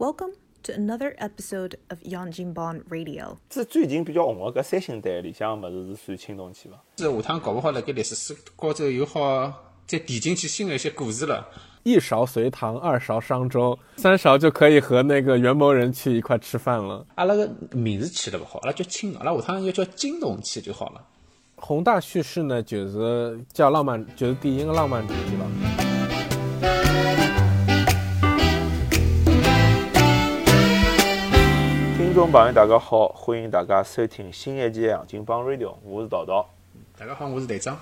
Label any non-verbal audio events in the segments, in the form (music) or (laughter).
Welcome to another episode of Yanjinban Radio。这最近比较红个搿三星堆里向物事是算青铜器伐？是下趟搞不好辣盖历史书高头又好再提进去新的一些故事了。一勺隋唐，二勺商周，三勺就可以和那个元谋人去一块吃饭了。阿拉个名字起了不好，阿拉叫青，阿拉下趟要叫金铜器就好了。宏大叙事呢，就是叫浪漫，就是第一个浪漫主义了。听众朋友，大家好，欢迎大家收听新一期的《杨金帮 Radio》，我是桃桃。大家好，我是队长。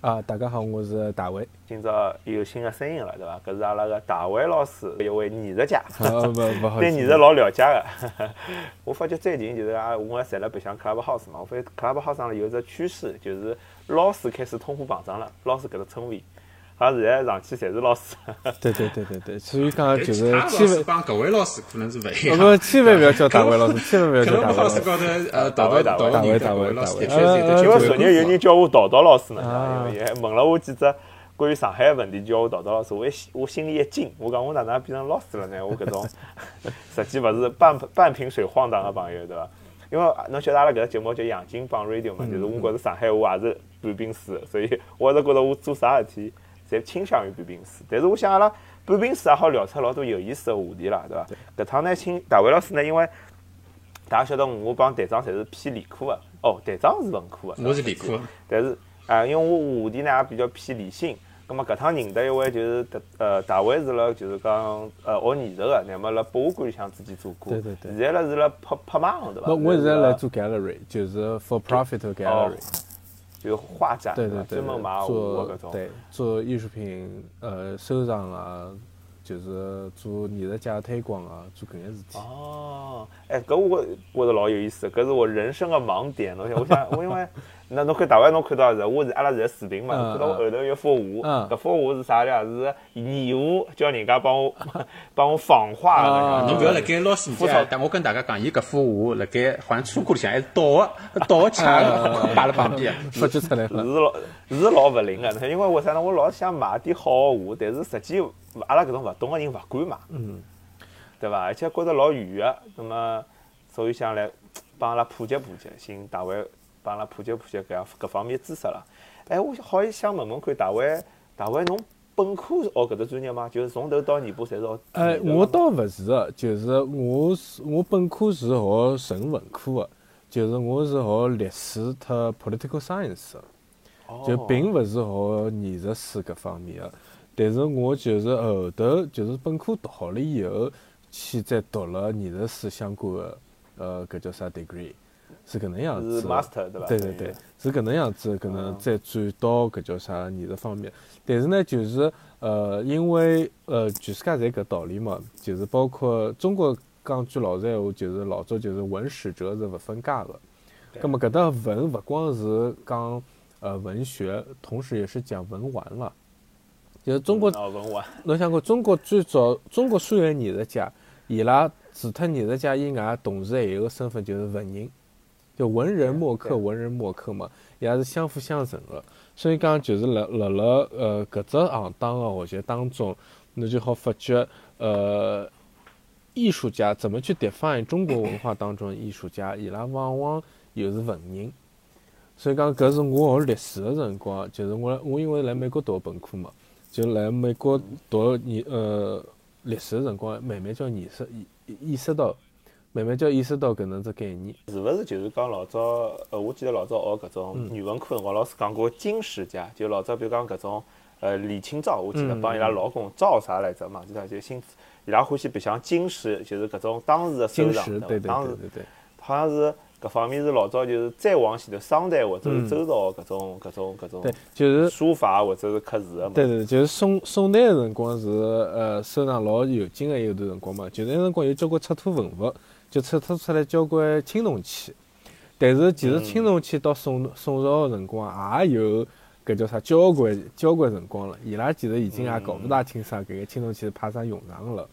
啊，大家好，我是大卫。今朝有新的声音了，对伐？搿是阿拉个大卫老师，一位艺术家，啊，不不 (laughs) 好意对思，艺术老了解个。 (laughs) 我发觉最近就是啊，我也侪辣白相 Clubhouse 嘛，我发现 Clubhouse 上有一只趋势，就是老师开始通货膨胀了，老师搿只称谓，好像现在上去侪是老师。对对对对对，所以讲就哎是他千老师万，帮搿位老师可能是勿一我样。们千万不要叫大卫老师，千万不要可叫能大我卫老老师师。高头呃，导大卫导大导卫导演大卫老师大的卫确是有呃的。因为昨昨日日有人叫我桃桃老师呢，啊因为还问了我几只关于上海的问题，叫我桃桃老师，我一心我心里一惊，我讲我哪能变成老师了呢？我搿种实际勿是半半瓶水晃荡的朋友，对伐？因为啊侬晓得阿拉搿个节目叫杨金帮 Radio 嘛，就是我觉着上海话也是半瓶水，所以我一直觉着我做啥事体侪倾向于半瓶水。但是我想阿拉半瓶水也好聊出老多有意思的话题啦，对伐？搿趟呢，请大卫老师呢，因为大家晓得我帮队长侪是偏理科的，哦，队长是文科的，我是理科，但是啊、因为我话题呢也比较偏理性，咁么搿趟认得一位就是特呃大卫是辣就是讲呃学艺术个，乃末辣博物馆里向自己做过，对对对现在辣是辣拍拍卖行对伐？那我现在辣来做 gallery，就是 for profit 的哦 gallery，，就是画展对对对伐对，专门卖画搿做种，对做艺术品呃收藏啊，就是做艺术家推广啊，做搿眼事体。哦，哎，搿我觉着老有意思，搿是我人生的盲点。侬想，我想，我因为那侬看大概侬看到是，我是阿拉是视频嘛，嗯侬看到我后头有幅画，嗯搿幅画是啥呢？是拟画，叫人家帮我帮我仿画啊的。侬勿要辣盖老师面前，但我跟大家讲，伊搿幅画辣盖好像车库里向还是倒个， (laughs) 倒个卡个摆辣旁边。说起出来了，是老是老勿灵个，因为为啥呢？我老想买点好个画，但是实际阿拉搿种勿懂个人勿敢买，嗯，对伐？而且觉着老远个，那么所以想来帮阿拉普及普及，寻大卫帮阿拉普及普及搿样搿方面知识啦。哎，我好想问问看大卫，大卫侬本科是学搿只专业吗？就是从头到尾巴侪是学？呃，我倒勿是的，就是我是我本科是学纯文科的，就是我是学历史和 political science 啊的，哦就并勿是学艺术史搿方面的。但是我就是后头就是本科读好了以后，去再读了艺术史相关的，呃，搿叫啥 degree，是搿能样是子。 master 对伐？对对对，是搿能样子，可嗯能再转到搿叫啥艺术方面。但是呢，就是呃，因为呃，全世界侪搿道理嘛，就是包括中国讲句老实闲话，就是老早就是文史哲是勿分家的。葛末搿搭文勿光是讲呃文学，同时也是讲文玩了。就是中国哦文玩，侬想过，中国最早中国所有艺术家，伊拉除脱艺术家以外，同时还有个身份就是文人，就文人墨对客，文人墨客嘛，伊拉是相辅相成的。所以讲，就是辣辣辣呃搿只行当个学习当中，侬就好发觉呃艺术家怎么去 define 中国文化当中的艺术家，伊拉往往又是文人。所以讲，搿是我学历史的辰光，就是我我因为来美国读本科嘛，就来美国读艺呃历史的辰光，慢慢叫意识意意识到，慢慢叫意识到搿能只概念。是勿是就是讲老早？呃，我记得老早学搿种嗯语文课辰光，老师讲过金石家，就老早比如讲搿种呃李清照，我记得嗯帮伊拉老公赵啥来着嘛，记得就姓伊拉欢喜白相金石，就是搿种当时的收金藏，石，伐对对当对时对对，好像是搿方面是老早就是再往前头商代或者是嗯周朝搿种搿种搿种对就是书法或者是刻字的嘛。对对，对就是宋宋代个辰光是呃收藏老有劲个有段辰光嘛，就是那辰光有交关出土文物，就出土出来交关青铜器。但是其实青铜器到宋宋朝个辰光也有搿叫啥交关交关辰光了，伊拉其实已经也搞勿大清啥搿个青铜器是派啥用场个了。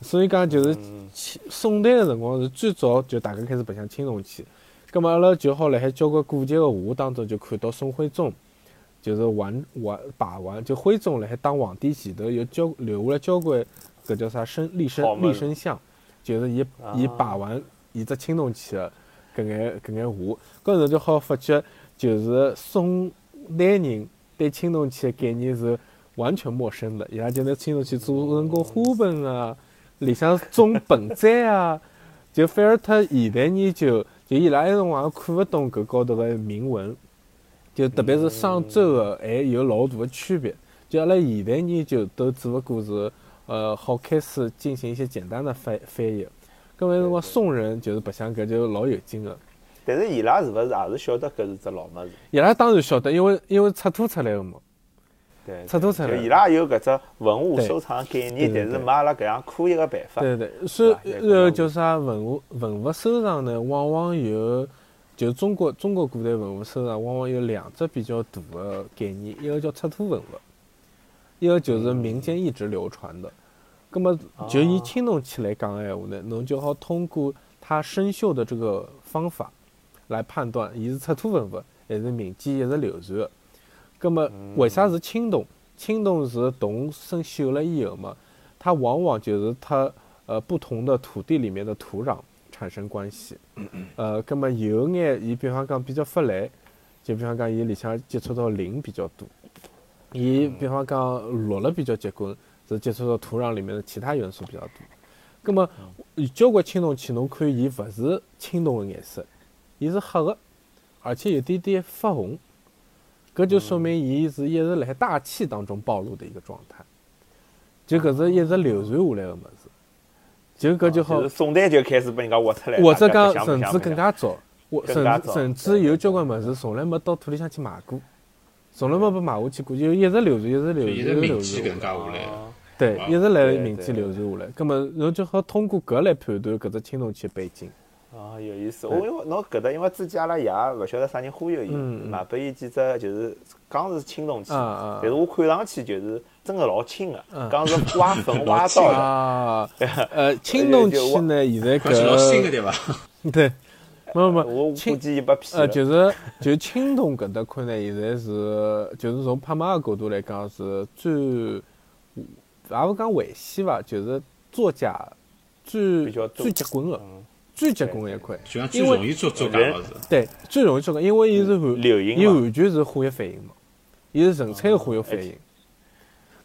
所以讲就是青宋代个辰光是最早就大家开始白相青铜器，葛末阿拉就好辣海交关古籍个画当中就看到宋徽宗。就是玩玩把玩，就徽宗辣海当皇帝前头有交留下来交关搿叫啥身立好身嘛立身像，就是伊伊把玩伊只青铜器的搿眼搿眼画，搿时候就好发觉，就是宋代人对青铜器的概念是完全陌生的，伊拉就拿青铜器做成个花盆啊，里向种盆栽啊。 (laughs) 就反而他现代研究，就伊拉埃辰光也看勿懂搿高头个铭文，就特别是商周个，还有老大个区别。就阿拉现代研究都只勿过是，呃，好开始进行一些简单的翻翻译。搿么埃辰光宋人就是白相搿就老有劲个，但是伊拉是勿是也是晓得搿是只老物事？伊拉当然晓得，因为因为出土出来个嘛。对，出土出来就伊拉有搿只文物对收藏概对念，对但是对没阿拉搿样科学个办法。对对，所以对吧呃，就是啥文物文物收藏呢，往往有，就中国中国古代文物收藏往往有两只比较大的概念，一个叫出土文物，一个嗯就是民间一直流传的。那么就哦以青铜器来讲的闲话呢，侬就好通过它生锈的这个方法来判断，伊是出土文物还是民间一直流传的。那么为啥嗯是青铜？青铜是铜生锈了以后嘛，它往往就是它呃不同的土地里面的土壤产生关系。呃，那么有眼伊比方讲比较发懒，就比方讲伊里向接触到磷比较多，伊比方讲落了比较结棍，是接触到土壤里面的其他元素比较多。那么有交关青铜器，侬看伊勿是青铜的颜色，伊是黑的，而且有点点发红。搿就说明伊是一直辣海大气当中暴露的一个状态，就搿是一直流传下来个物事，就搿就好就是宋代就开始被人家挖出来了，或者大家白相讲甚白至相更白相加早，我更加甚至早甚对至有交关物事从来没到土里向去买过，从来没被买下去过，就一直流传，一直流传，伊一是直民流间传搿能介下来。下来，对啊，一直来对民间对流传下来，葛么侬就好通过搿来判断搿只青铜器的背景。哦，有意思。我因为侬搿搭，因为之前阿拉爷勿晓得啥人忽悠伊，嗯嗯买拨伊几只就是讲是青铜器，啊啊但是我看上去就是真的老轻个嗯，讲是挖坟挖 (laughs) 老轻到的。哎啊， (laughs) 呃，青铜就器呢，现在看起来老新个搿对伐？ (laughs) 对，没没我没，估青计伊被骗呃，了。就是就青铜搿搭块呢，现在是就是从拍卖的角度来讲是最，也勿讲危险伐，就是作假最比较多嗯最结棍的，最结棍的一块，就像最因为容易做作假个是，对最容易结棍，因为伊是完流嗯音嘛伊完全是化学反应嘛，伊是纯粹的化学反哦应。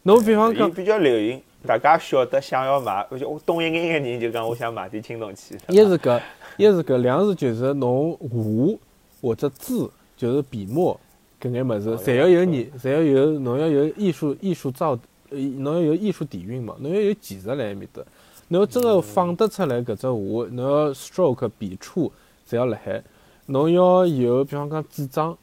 侬比方伊讲，比较流行，大家晓得想要买，而且我哦懂一眼眼人就讲我想买点青铜器。一是搿，一是搿，两是就是侬画或者字，就是笔墨搿眼哦物事，侪要有你，嗯侪要有侬要有艺术艺术造，呃侬要有艺术底蕴嘛，侬要有技术辣埃面搭。侬要真嗯个放得出来搿只画，侬要 stroke 笔触侪要辣海，侬要有比方讲纸张，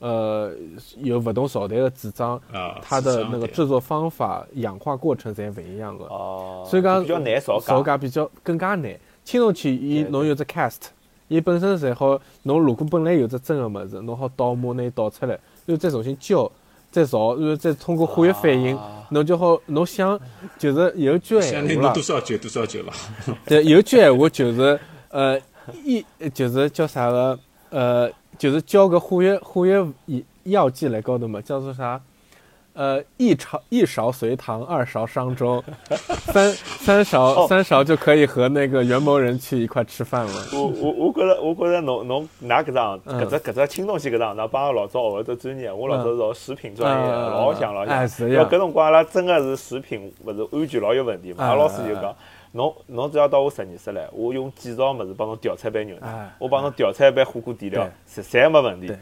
呃，有勿同朝代的纸张啊，它纸的张那个对制作方法、氧化过程侪勿一样个。哦，所以讲比较难造造假。价比较更加难。青铜器伊侬有只 cast，伊本身侪好，侬如果本来有只真个物事，侬好倒模拿伊倒出来，然后再重新浇，再造，然后再通过化学反应，啊侬就好，侬想就是有一句相闲对话侬啦多，少久多少久了？ (laughs) 对，有一句闲话就是呃一就是叫啥个呃就是浇个化学化学药药剂来高头嘛，叫做啥？呃，一勺一勺随堂，二勺商周，三三勺三勺就可以和那个元谋人去一块吃饭了。我我我觉着，我觉着侬侬㑚搿张嗯搿只搿只青铜器搿张，㑚帮我老早学的专业，我老早是学食品专业，嗯老像老哎像。是因为呀搿辰光阿拉真个是食品勿是安全老有问题嘛，阿拉老师就嗯嗯讲，侬侬只要到我实验室来，我用几勺物事帮侬调出一杯牛哎奶，我帮侬调出一杯火锅底料，侪侪没问题。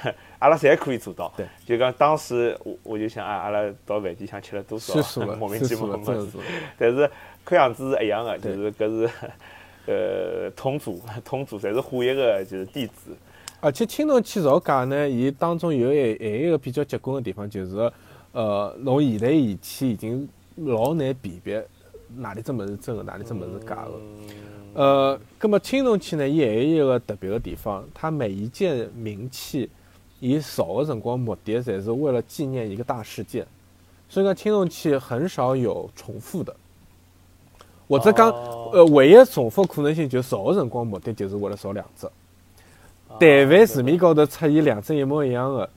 (laughs) 阿拉侪可以做到对。就讲当时我我就想啊，阿拉到饭店想吃了多吃少素啊，了，莫名吃其素妙了，嘛真。的是。但是看样子是一样的，就对是搿是呃同组同组，侪是化学个就是弟子。而且青铜器造假呢，伊当中有一还有一个比较结棍的地方，就是呃，侬现在仪器已经老难辨别哪里只物事真的，哪里只物事假的。呃，那么青铜器呢，伊还有一个特别的地方，它每一件名器，伊造的辰光目的侪是为了纪念一个大事件，所以讲青铜器很少有重复的。或者讲，哦呃，唯一重复可能性就是造的辰光目的就是啊为了造两只。但凡市面高头出现两只一模一样的，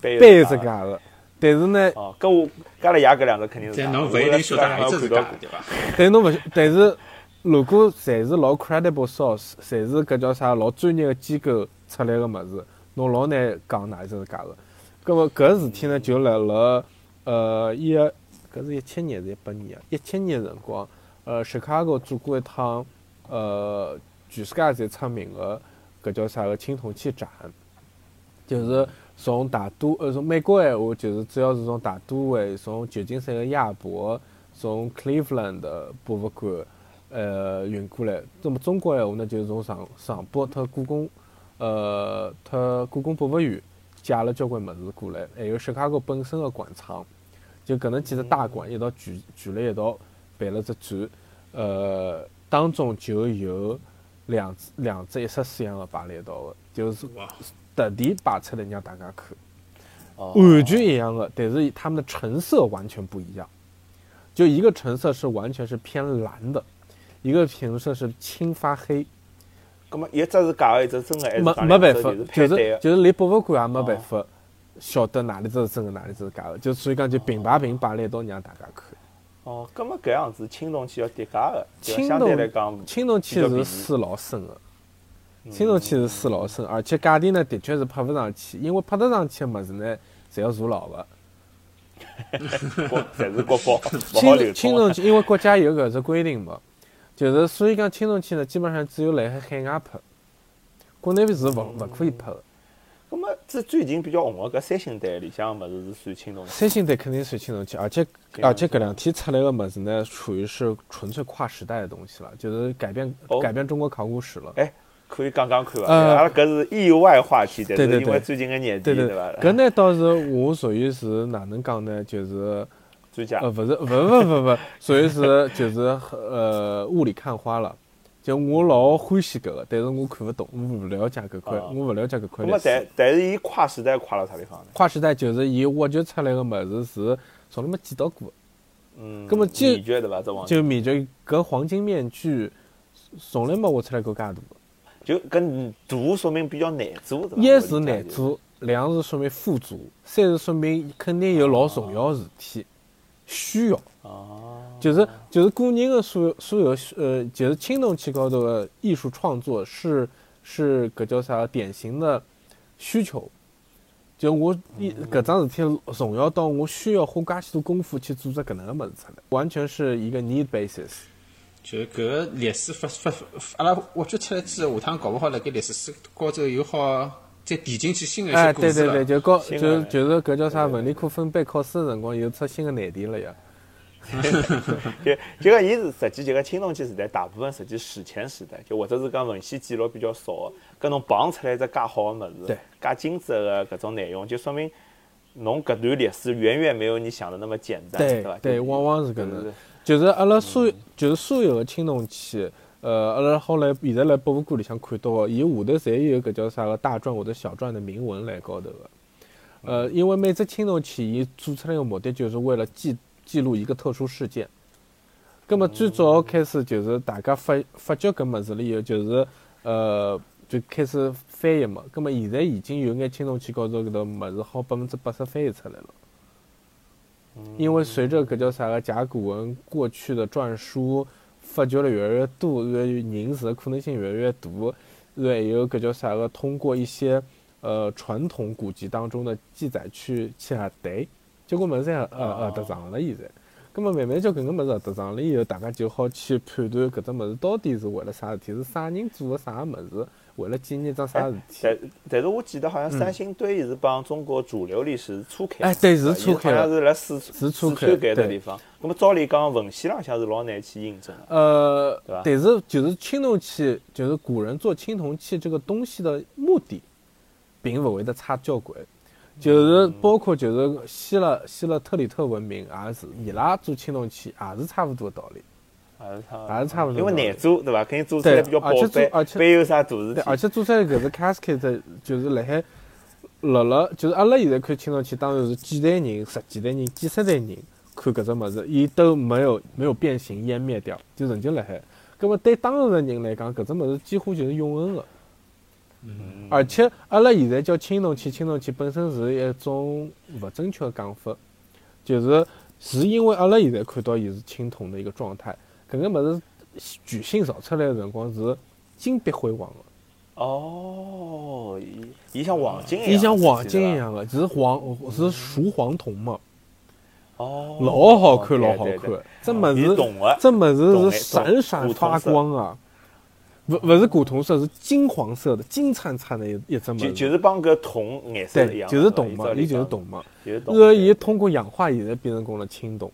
背背自自家。家的。但是呢，哦，搿我搿拉爷搿两个肯定是假但的。侬勿一定晓得哪一只是假假的，对伐？但是侬勿晓，但是如果侪是老 credible source，侪是搿叫啥老专业个机构出来个物事，侬老难讲哪一只是假个。搿么搿事体呢，就辣辣呃一搿是一七年还是一八年啊？一七年个辰光，呃，Chicago 做过一趟呃全世界侪出名个搿叫啥个青铜器展。就是从大都呃从美国闲话，就是主要是从大都会，从旧金山个亚博，从 Cleveland 的博物馆，呃运过来。那么中国闲话呢，就是从上上博特故宫，呃特故宫博物院借了交关物事过来，哎还有 Chicago 本身个馆藏，就搿能几只大馆一道聚聚辣一道办了只展，呃当中就有两只两只一式式样个摆辣一道个，就是哇，特地摆出来让大家看，哦完全一样的，但是它们的成色完全不一样。就一个成色是完全是偏蓝的，一个成色是青发黑，葛末一只是假个，一只真个，还是没哎假的没办一法只，就配对啊哦是个。就是连博物馆也没办法晓得哪里只是真的，哪里只是假的，就所以讲就平排平摆了一道让大家看。哦，葛末搿样子青铜器要叠价个，对伐青相对来铜讲，青铜器比较便是宜嗯水老深的，青铜器是水老深，而且价钿呢的确是拍不上去，因为拍得上去的物事呢，侪要坐牢的。国侪是国宝，勿好流青青通铜啊。器，因为国家有搿只规定嘛，就是所以讲青铜器呢，基本上只有辣海海外拍，国内是勿勿可以拍的。葛末这最近比较红个搿三星堆里向物事是算青铜器。三星堆肯定是青铜器，而且对而且搿两天出来个物事呢，属于是纯粹跨时代的东西了，就是改变哦改变中国考古史了。哎，可以讲讲看伐？呃阿拉搿是意外话题，但对对是对因为最近个热对点，对，伐？搿呢倒是我属于是哪能讲呢？就是专家呃，勿是，勿勿勿勿， (laughs) 属于是就是呃雾里看花了。就我老欢喜搿个，但是我看勿懂，我勿了解搿块，啊我勿了解搿葛块历末史但。但是伊跨时代跨到啥地方呢？跨时代就是伊挖掘出来个物事是从来没见到过的，嗯，葛末就秘诀对伐？这往就秘诀搿黄金面具从来没挖出来过介大的。就跟大说明比较难做，对伐？一我是理解难就是，做，两是说明富足，三是说明肯定有老重要的事体需要。哦，就是就是个人的所有所有呃，就是青铜器高头的艺术创作是是搿叫啥典型的需求。就我一嗯搿桩事体重要到我需要花介许多功夫去做只搿能个物事出来，完全是一个 need basis。就搿历史发发，发阿拉挖掘出来之后，下趟搞勿好辣盖历史书高头又好再填进去新的一哎，些故对事啊对了。对，就高新就的就是搿叫啥文理科分配考试个辰光又出新的难题了呀。就就讲伊是实际就讲青铜器时代，大部分实际史前时代，就或者是讲文献记录比较少，跟侬绑出来一只介好个物对事，介精致个搿种内容，就说明侬搿段历史远远没有你想的那么简单，对伐？对，就往往是搿对对嗯能对。就是阿拉所有，就是所有个青铜器，呃，阿拉好来现在来博物馆里向看到个，伊下头侪有搿叫啥个大篆或者小篆的铭文辣高头个。嗯呃，因为每只青铜器伊做出来个目的就是为了记记录一个特殊事件。葛么最嗯早开始就是大家发发掘搿物事了以后，就是呃就开始翻译嘛。葛么现在已经有眼青铜器高头搿头物事好百分之八十翻译出来了。因为随着搿叫啥个甲骨文过去的篆书发掘了越来越多，越来越凝实的可能性越来越大，然后还有搿叫啥个通过一些呃传统古籍当中的记载去去核对，结果物事也呃呃得上了现在。咁么慢慢叫搿个物事得上了以后，大家就好去判断搿只物事到底是为了啥事体，是啥人做个啥物事，为了纪念桩啥事体。但但是我记得好像三星堆是帮中国主流历史是错开的，嗯哎对吧是错开的好像是辣四是错四开川搿对搭地方。那么照理讲，文献浪向是老难去印证的。呃对吧，但是就是青铜器，就是古人做青铜器这个东西的目的，并不会得差交关。就是嗯包括就是希腊希腊特里特文明也是，伊拉做青铜器啊也是差不多的道理。还是差还是差不多因为难做对伐？肯定做出对来比较而宝且做贝而，且没有啥大事对体，。而且做出来搿只 casket 就是辣海辣辣，就是阿拉现在看青铜器，当然是几代人、十几代人、几十代人看搿只物事，伊都没有没有变形、湮灭掉，就仍旧辣海。葛么对当时的人来讲，搿只物事几乎就是永恒的。而且阿拉现在叫青铜器，青铜器本身是一种勿正确的讲法，就是是因为阿拉现在看到伊是青铜的一个状态，搿个物事全新造出来的辰光是金碧辉煌的。哦，伊伊像黄金一样，伊像黄金一是吧。样的，啊是黄是属黄铜嘛，哦，老好看，老好对对看对。这么伊子，懂的，这么懂子的是闪闪发光啊！勿勿是古铜色，是金黄色的，金灿灿的一一只么就就子。是帮搿铜颜色一对，样，就是懂铜嘛，伊就是铜，嘛。就是铜。然后伊通过氧化，现在变成功了青铜。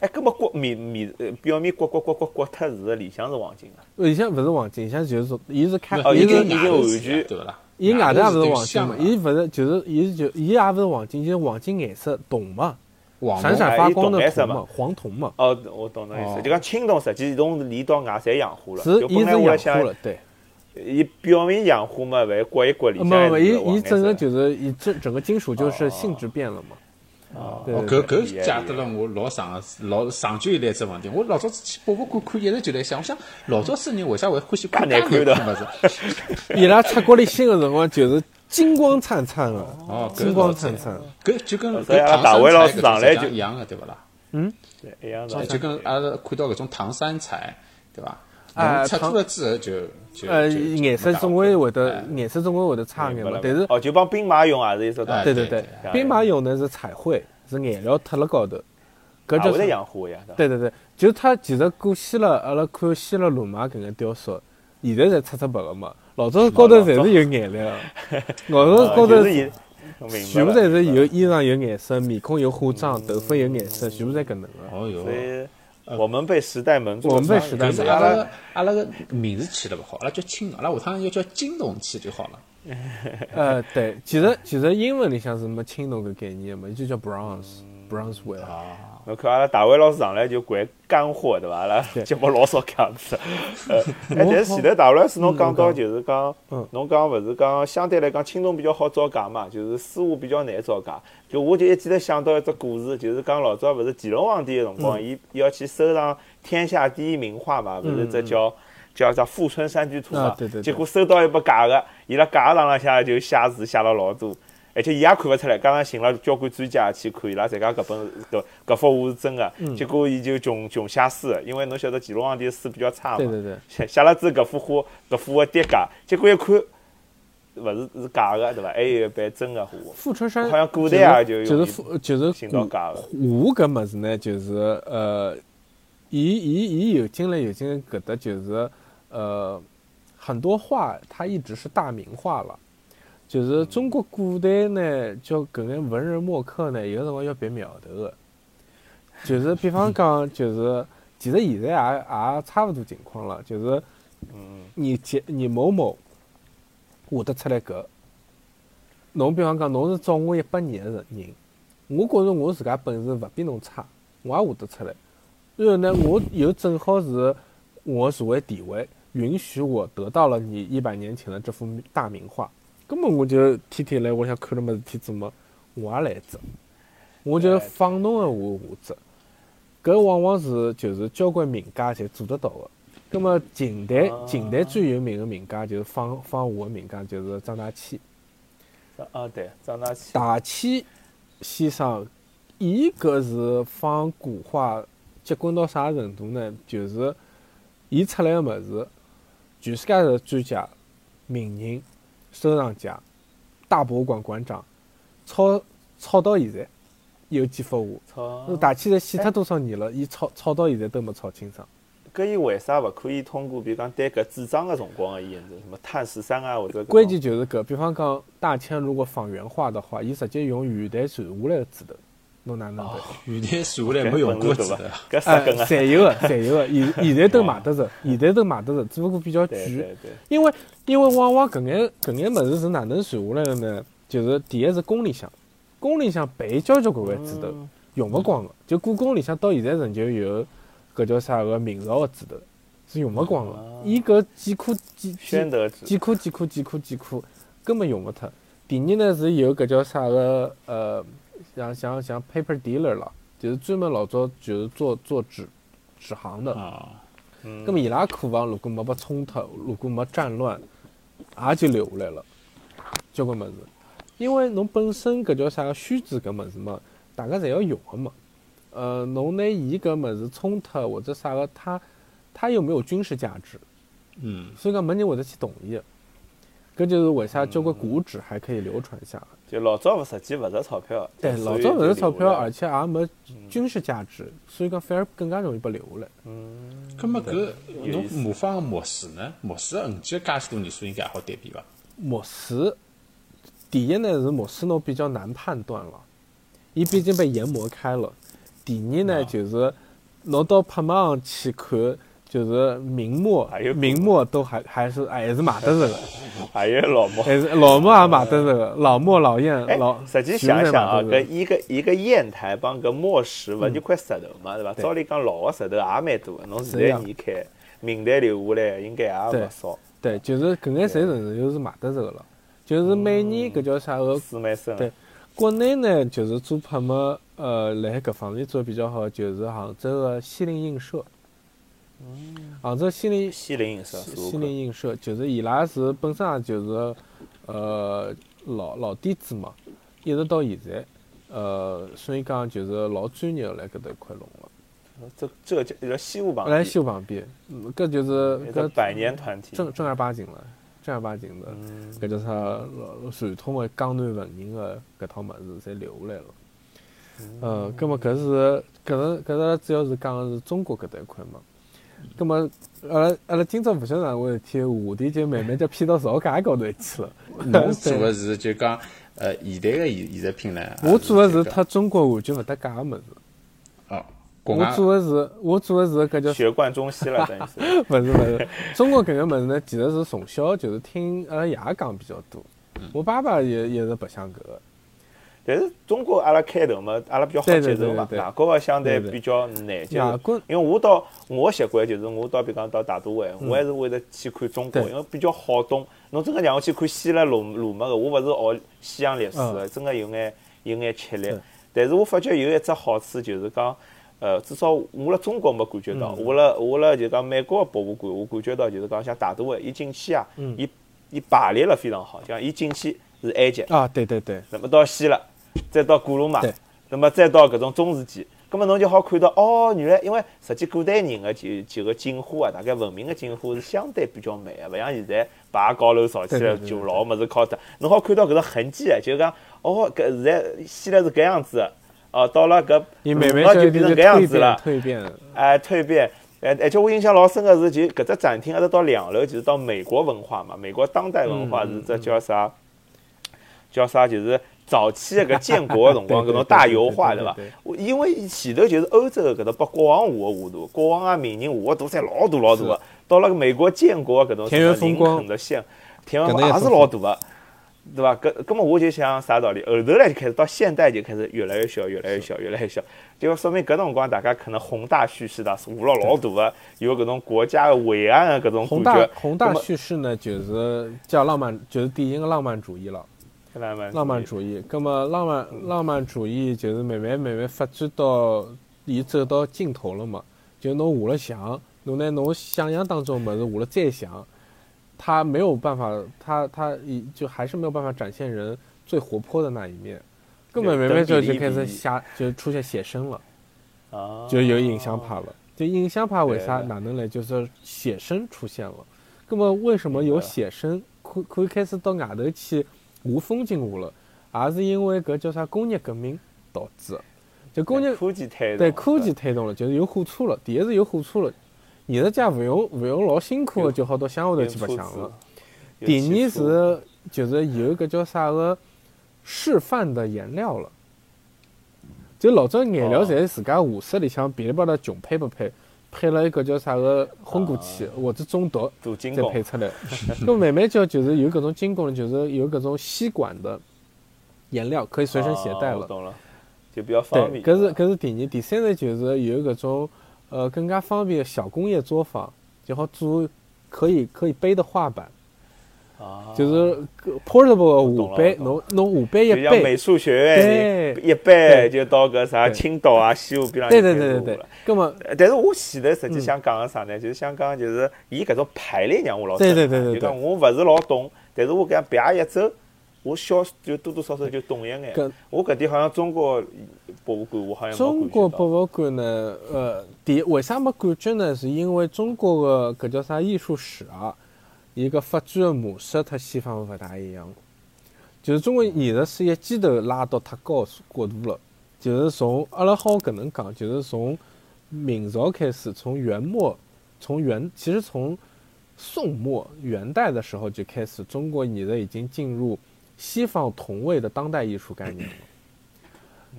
哎，搿么刮面面呃表面刮刮刮刮刮脱是里向是黄金啊？呃以前勿是黄金，以前就是说，伊是开哦，伊已是经已经完全对勿啦？伊外头也勿是是黄金嘛，伊勿是就是伊就伊也勿是黄金，就是黄金颜色铜嘛，黄闪哎闪伊发光的铜颜色铜嘛嘛，黄铜嘛，哦，我懂侬意思，哦就讲青铜实际从里到外侪氧化了，是就伊本是来氧我化想了，对。伊表面氧化嘛，勿是刮一刮里呃向没有没还是有，黄伊伊颜色整个就是伊整整个金属就是性质变了嘛。哦对哦，对搿对对搿解答了我老长的老长久以来只问题。我老早子去博物馆看，一直就在想，我想老早子人为啥会欢喜看介难看看的的物事？伊拉出国里新的辰光就是金光灿灿的，哦，搿金光老早灿灿。搿就跟所以搿阿拉唐大三卫彩老搿师种上来浙江就一样的，对勿啦？对一样的，哎就跟阿拉看到搿种唐三彩，对伐？啊侬拆唐脱了之后就就呃，就就哎颜色没打总归过会得，颜色总归会得差眼明白嘛了。但是哦，就帮兵马俑也是一只东哎西，对对对对对，兵马俑呢是彩绘，是颜料涂了高头，搿也就会得是氧化呀。吧，对对对，就是它其实古希腊阿拉看希腊罗马搿眼雕塑，现在侪出出白个嘛。老早高头侪是有颜料，呃就是伊，明白了老早高头全部侪是明白了有衣裳有颜色，面孔有化妆，头发有颜色，全部侪搿能个。哦哟所。以我们被时代蒙住了，我们被时代但蒙是住阿阿拉拉个阿拉个名字起了勿好，阿拉叫青，阿拉下趟要叫金铜器就好了。呃，对，其实其实英文里向是没青铜搿概念嘛，就叫 bronze bronze ware。啊侬看阿拉大卫老师上来就掼干货对伐？阿拉对节目老少讲子。 (laughs) 呃，哎，但是前头大卫老师侬讲嗯到就是讲，侬讲勿是讲相对来讲青铜比较好造假嘛，就是丝袜比较难造假。就我就一记头想到一只故事，就是讲老早勿是乾隆皇帝个辰嗯光，伊伊要去收藏天下第一名画嘛，勿是只叫。叫啥富春山居图嘛嗯啊，对对对结果收到一本假个，伊拉假的上浪向就写字写了老多，而且伊也看勿出来，加上寻了交关专家去看，伊拉侪讲搿本搿搿幅画是真个，嗯结果伊就穷穷写书，因为侬晓得乾隆皇帝的书比较差嘛，对对对写写了之后搿幅画搿幅画跌价，结果一看，勿是是假个对伐？还有一版真个画，富春山好像古代啊就就容是易富就是寻古到假个，我搿物事呢，就是呃，伊伊伊有进来有进来搿搭就是呃，很多画它一直是大名画了。就是中国古代呢，叫搿眼文人墨客呢，有的辰光要别苗头的。就是比方讲，就是其实现在也也差勿多情况了，就是你杰你某某画得出来搿，侬比方讲侬是早我一百年的人，我觉着我自家本事勿比侬差，我也画得出来。然后呢，我又正好是我的社会地位允许我得到了你一百年前的这幅大名画，根本我就天天来屋里向看了么事体做么，我也来一只，我就放侬的我画只。搿往往是就是交关名家侪做得到的。葛么近代近代最有名的名家就是放放画的名家就是张大千。啊对，张大千，大千先生，伊搿是放古画结棍到啥程度呢？就是伊出来个物事，全世界的专家、名人、收藏家、大博物馆馆长，炒炒到现在有几幅画。操，大千侪死脱多少年了，伊炒炒到现在都没炒清爽。搿伊为啥勿可以通过比如讲对搿纸张个辰光个研究，什么碳十三啊或者搿种关键就是搿，比方讲大千如果仿原画的话，伊直接用现代传下来的纸头，侬哪能办？原来数下来没 (laughs) 用过对字伐的，？ (laughs) 搿哎杀，根啊，侪有个，侪有个，现现在都买得着，现在都买得着，只不过比较对贵对。对。因为因为往往搿眼搿眼物事是哪能传下来的呢？就是第一是宫里向，宫里向备交交关关纸嗯头，用勿光个。就故宫里向到现在仍旧有搿叫啥个明朝个纸头，是用勿光个。啊伊搿几颗几几宣德纸几颗几颗几颗几颗，根本用勿脱。第二呢是有搿叫啥个呃，像像像 paper dealer 了，就是专门老早就是做做纸纸 (laughs) 行的。啊，嗯咁么伊拉库房如果没被冲突，如果没战乱，也就留下来了，交关物事。因为侬本身搿叫啥虚指搿物事嘛，大家侪要用个嘛。呃，侬拿伊搿物事冲突或者啥个，它它又没有军事价值，嗯，所以讲没人会得去动伊的。搿就是为啥交关古纸还可以流传下来。就老早勿实际勿值钞票，对，所以老早勿是钞票，就留下来而且也没军事价值，所以讲反而更加容易被留下来。咁么搿有侬意思模仿个模式呢？模式个痕迹介许多年数应该也好对比 (laughs) 伐？墨石，第一呢是墨石侬比较难判断了，伊毕竟被研磨开了。第二呢就是侬到拍卖行去看，就是明末还有明末都还还是还是买得着 (laughs) 个，还有老毛。还是老啊墨也买得着个，老墨老燕哎哎老，实际全部想侪想啊，买得搿着个一个一个砚台帮搿墨石，勿就块石头嘛，对伐？嗯对照理讲老个石头也蛮多的，侬现是在呀移开，明代留下来应该也对勿少，对，就是搿眼侪是就是买得着个了，就是每年搿叫啥个四蛮深的对。国内呢，就是做拍卖，呃，辣海搿方面做得比较好，就是杭州个西泠印社。杭州西泠西陵是吧西泠印社，就是伊拉是本身也就是呃老老底子嘛，一直到现在，呃，所以讲就是老专业辣搿搭一块弄了。这浙江叫西湖旁辣边，西湖旁边，啊嗯搿就是一个搿百年团体，正正儿八经了，正儿八经的，搿叫啥老传统的江南文人的搿套物事侪留下来了。呃，葛末搿是搿是搿是主要是讲的是中国搿搭一块嘛。葛末阿拉阿拉今朝勿晓得哪能回事体，话题就慢慢就偏到造假高头去 (laughs) 了。侬做个是就讲呃现代个艺艺术品呢？我做个的是脱中国完全勿搭界个物事，哦，国我外做的是我做的是搿叫学贯中西了，等于是。 (laughs) 勿是勿是，中国搿个物事呢，其实是从小就是听阿拉爷讲比较多。我爸爸也也是白相搿个，但是中国阿拉开头嘛，阿拉比较好对对接受对嘛，对对外国个相对对对比较难接外受国。因为我到我习惯就是我到比方到大都会，我还是会得去看中国，嗯对因为比较好懂。侬真个让我去看希腊罗罗马个，我勿是学西洋历史个，嗯真个有眼有眼吃力对。但是我发觉有一只好处就是讲。呃，至少我辣中国没感觉嗯到，我辣我辣就讲美国个博物馆，我感觉到就是讲像大都会，伊进去啊，嗯伊伊排列了非常好，像伊进去是埃及，啊，对对对，那么到希腊，再到古罗马对，那么再到搿种中世纪，那么侬就好看到哦，原来因为实际古代人的几几个进化啊，大概文明的进化是相对比较慢的，勿像现在排高楼造起对来对对就老物事靠搭，侬好看到搿个痕迹啊，就是讲哦，搿现在希腊是搿样子的，哦、到了搿伊慢罗马慢就就变成就搿样蜕子变了，蜕变，哎，蜕变。哎，而且我印象老深个是，就搿只展厅一直到两楼，就是到美国文化嘛，美国当代文嗯化是只叫啥？叫啥？就是早期的搿建国个辰 (laughs) 光，对对搿对种大油画，对对伐对对对？我因为前头就是欧洲个搿搭，包国王画个画图，国王啊、名人画个图侪老大老大是个。到了美国建国个搿种田园风光林肯的像，田园搿风光能也也是是老大个。对伐？搿搿么我就想啥道理？后头来就开始到现代就开始越来越小，越来越小，越来越小，就说明搿辰光大家可能宏大叙事的，是画了老大个，有搿种国家的伟岸啊的搿种宏感大觉。宏大那么叙事呢，就是叫浪漫，就是第一个浪漫主义了。浪漫嗯浪漫主义，葛么浪漫浪漫主义就是慢慢慢慢发展到伊走到尽头了嘛。就侬画了像，侬拿侬想象当中的物事画了再像，它没有办法，它它一就还是没有办法展现人最活泼的那一面。根本慢慢就就开始瞎，就出现写生了，啊，就有影像派了。就影像派为啥对哪能来？就是写生出现了。葛么为什么有写生可可以开始到外头去无风景画了？也是因为搿叫啥工业革命导致的。就工业科技推动对科技推动了，就是有火车了。第一是有火车了，艺术家勿用勿用老辛苦有的就好到乡下头去白相了。第二年是就是有搿叫啥个示范的颜料了，就老早颜料哦侪是自家画室里向别里巴搭穷配不配，配了一个叫啥个昏过去或者中毒镀金再工配出来。 (laughs) 那慢慢就就是有搿种精工了，就是有搿种吸管的颜料可以随身携带啊我了。哦懂了，就比较方对，便。搿对是吧搿是第二，第三呢就是有搿种呃更加方便的小工业作坊，就好做可以可以背的画板。啊，就是呃懂 portable 的了画板，懂侬侬画板一就像美背，术学院对一一班对就到搿啥对青岛啊、西湖边浪对就对开对始对画对了。，那么呃但是我前头嗯实际想讲个啥呢？就是想讲，就是伊搿种排列让我老对对震撼对对就讲我勿是老懂，但是我搿样爬一走，我小就多多少少就懂一眼搿。我搿点好像中国博物馆我好像没中国感觉到博物馆呢，呃，第为啥没感觉呢？是因为中国的搿叫啥艺术史啊，伊个发展的模式和西方勿大一样。就是中国艺术史一记头拉到太高国度了，就是从阿拉好搿能讲，就是从明朝开始，从元末，从元其实从宋末元代的时候就开始，中国艺术已经进入西方同位的当代艺术概念了。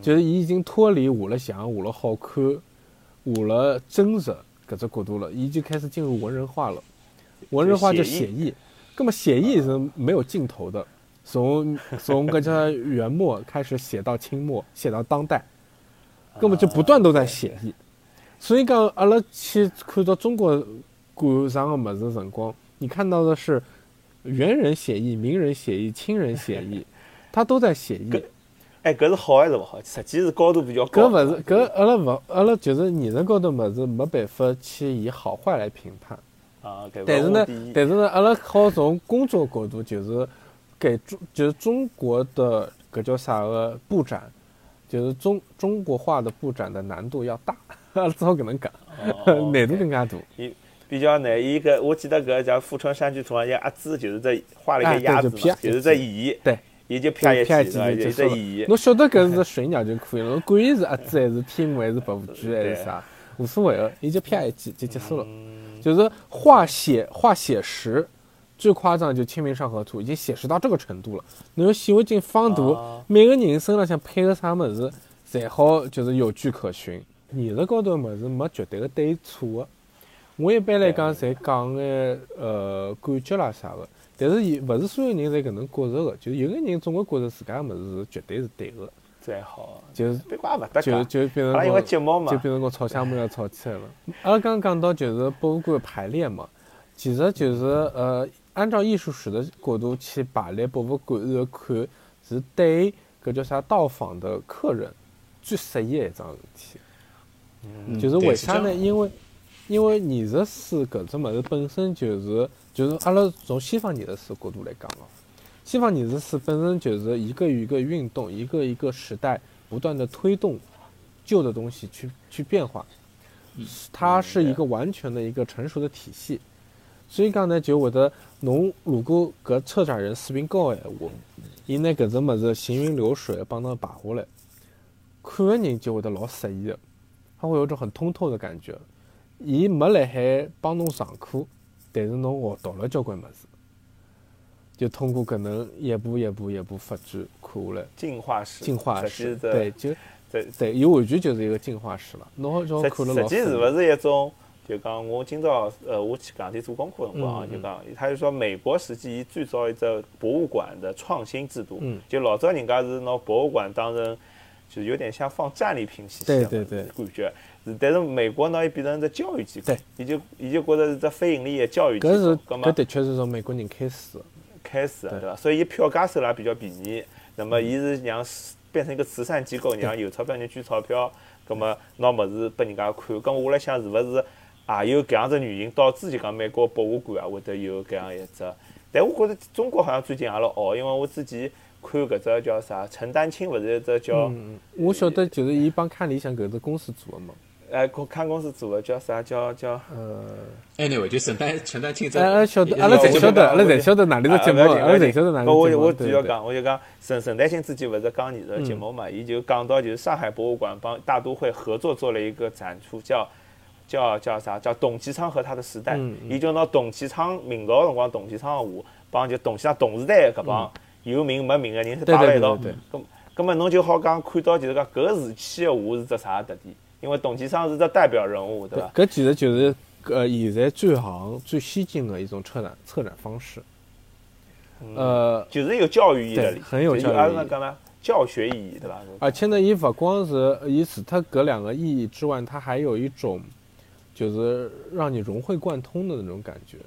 就是伊已经脱离画了像、画了好看、画了真实搿只角度了，伊就开始进入文人画了。文人画就写写意，嗯那么写意是没有尽头的，从从搿叫元末开始写到清末， (laughs) 写到当代，根本就不断都在写意。所以讲，阿拉去看到中国馆上个物事辰光，你看到的是元人写意、明人写意、清人写 (laughs) 意，他都在写意。哎，搿是好还是勿好？实际是高度比较搿高。勿是搿阿拉勿阿拉就是艺术高头物事没办法去以好坏来评判，啊，搿但是文呢物第一，但是呢，阿拉好从工作角度就是给中就是中国的搿叫啥个布展，就是中中国画的布展的难度要大， (laughs) 阿拉只好搿能讲，哦难度更加大。伊比较难。伊搿我记得搿叫富春山居图上，伊鸭子就是在画了一哎个对鸭就子嘛啪，就是在蚁，对，伊就啪一片记，是吧？就就结束在了蚁。侬晓得搿是水鸟就可以了，侬管伊 (laughs) 是鸭啊子还是天鹅还是白虎蚽还对是啥，无所谓个，伊就啪一记就结束了。嗯就是画写画写实，最夸张就《清明上河图》，已经写实到这个程度了。侬要显微镜放大啊，每个人身浪向配个啥物事，才好就是有据可循。艺术高头物事没绝对个对错个。我一般来讲，侪讲眼呃感觉啦啥个，但是伊勿是所有人侪搿能觉着个，就有眼人总归觉着自家物事是绝对是对个，最好，就是别怪勿搭界。就就变成阿拉因为讲节目嘛就，变成跟吵相骂要吵起来了。阿拉刚刚讲到就是博物馆排列嘛，其实就是嗯呃，按照艺术史的角度去排列博物馆，然后看是对搿叫啥到访的客人最适宜的一桩事体。就是为啥呢？因为因为艺术史搿只物事本身就是就是阿拉从西方艺术史角度来讲哦，西方艺术史本身就是一个一个运动，一个一个时代不断的推动旧的东西去去变化，它是一个完全的一个成熟的体系。所以讲呢，就会得侬如果搿策展人水平高个闲话，伊拿搿只物事行云流水地帮侬摆下来，看个人就会得老适意个。他会有一种很通透的感觉。伊没来海帮侬上课，但是侬学到了交关物事，就通过搿能一步一步一步发展看下来，进化史，进化实史，际是对，就在对，伊完全就是一个进化史了。侬好像实看了实老际复是杂勿是一种，就讲我今朝呃，我去港天做功课的辰光啊，嗯嗯就讲他就说美国实际伊最早一只博物馆的创新制度嗯，就老早人家是拿博物馆当成。就有点像放战利品去对的对对感觉，是但是美国呢，伊变成一只教育机构对，伊就伊就觉得是只非盈利的教育机搿构是，葛末搿的确是从美国人开始的，开始的，对对吧？所以伊票价收了比较便宜，那么伊是让变成一个慈善机构，让有钞票人捐钞票，葛么拿物事拨人家看。咁我辣想是勿是也有搿样子原因，导致就讲美国博物馆啊会得有搿样一只。但我觉着中国好像最近也老熬，因为我之前看搿只叫啥，陈丹青勿是一只叫嗯我晓得呃就是伊帮看理想搿只公司做的嘛。哎，公看公司做的叫啥叫叫。 anyway，就承担承担清这哎，阿拉晓得，也阿拉是侪我晓就得，阿拉我侪就晓得哪里啊只节目，勿要紧阿拉勿要侪紧晓得哪里不只节目。啊我我主对要对嗯讲，我就讲沈沈丹青之前勿是讲艺术节目嘛，伊就讲到就是上海博物馆帮大都会合作做了一个展出，叫叫叫啥？叫董其昌和他的时代嗯。伊就拿董其昌明朝辰光董其昌的画，帮就董其昌同时代搿帮有名没名的人嗯对摆对辣一道对对。咁咁么侬就好讲看到就是讲搿时期的画是只啥特点？因为董其昌是只代表人物，对伐？搿其实就是呃现在最行最先进的一种策展策展方式。呃，就是有教育意义在对里头，很有就是教育阿意义拉讲呢，教学意义，对伐？而且呢，伊勿光是伊除脱搿两个意义之外，它还有一种就是让你融会贯通的那种感觉。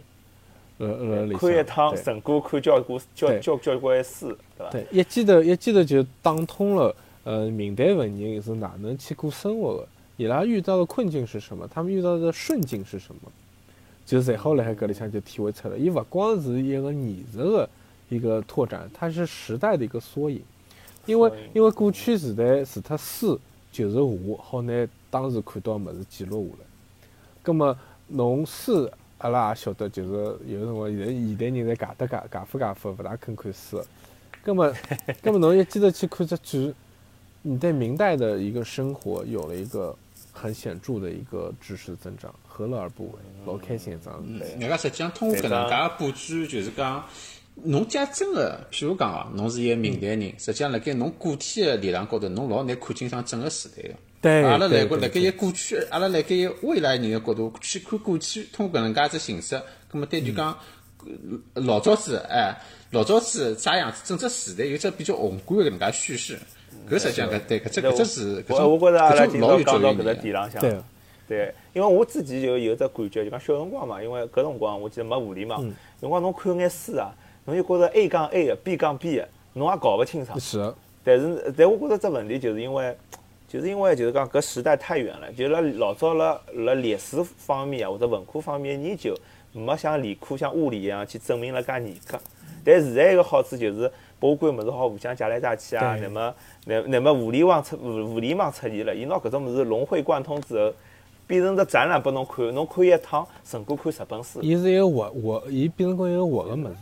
呃呃，里看一向趟对成果，看交关交对交交关书，对伐？对，一记头一记头就打通了，呃，明代文人是哪能去过生活的，伊拉遇到的困境是什么，他们遇到的顺境是什么，就侪好辣海搿里向就体会出来。伊勿光是一个艺术的一个拓展，它是时代的一个缩影。因为缩影因为过去时代除脱书就是画，好拿当时看到的物事记录下来。葛么侬书阿拉也晓得，就是有辰光现在现代人侪汏得汏汏夫汏夫，勿大肯看书。(laughs) 葛么葛么侬一记头去看只剧，你对明代的一个生活有了一个很显著的一个知识增长，何乐而不为？嗯老开心一桩事体。人家实际上通过搿能介布局，就是讲，侬假真个，譬如讲哦，侬是一个明代人，实际上辣盖侬个体个立场高头，侬老难看清爽整个时代个。对阿拉对来过对辣盖一过去，阿拉辣盖一未来人个角度去看过去，通过搿能介只形式，葛末对就讲。呃老早子，哎，老早子啥样子？整只时代有只比较宏观个搿能介叙事，搿实际上搿对搿只搿只是搿我种我觉着阿拉搿今种朝老讲到有教搿育意义只的。点浪向，对对，因为我自己就有只感觉，就讲小辰光嘛，因为搿辰光我记得没互联嘛，辰光侬看眼书啊，侬就觉着 A 杠 A 个，B 杠 B 个，侬也搞勿清爽。是的，但是，但我觉着只问题就是因为，就是因为就是讲搿时代太远了，就辣老早辣辣历史方面啊或者文科方面的研究，没像理科像物理一样去证明了介严格。但现在一个好处就是，把关物事好互相借来借去啊，对那么那那么互联网出互互联网出现了，伊拿搿种物事融会贯通之后，变成只展览拨侬看，侬看一趟，胜过看十本书。伊是一个活活，伊变成讲一个活个物事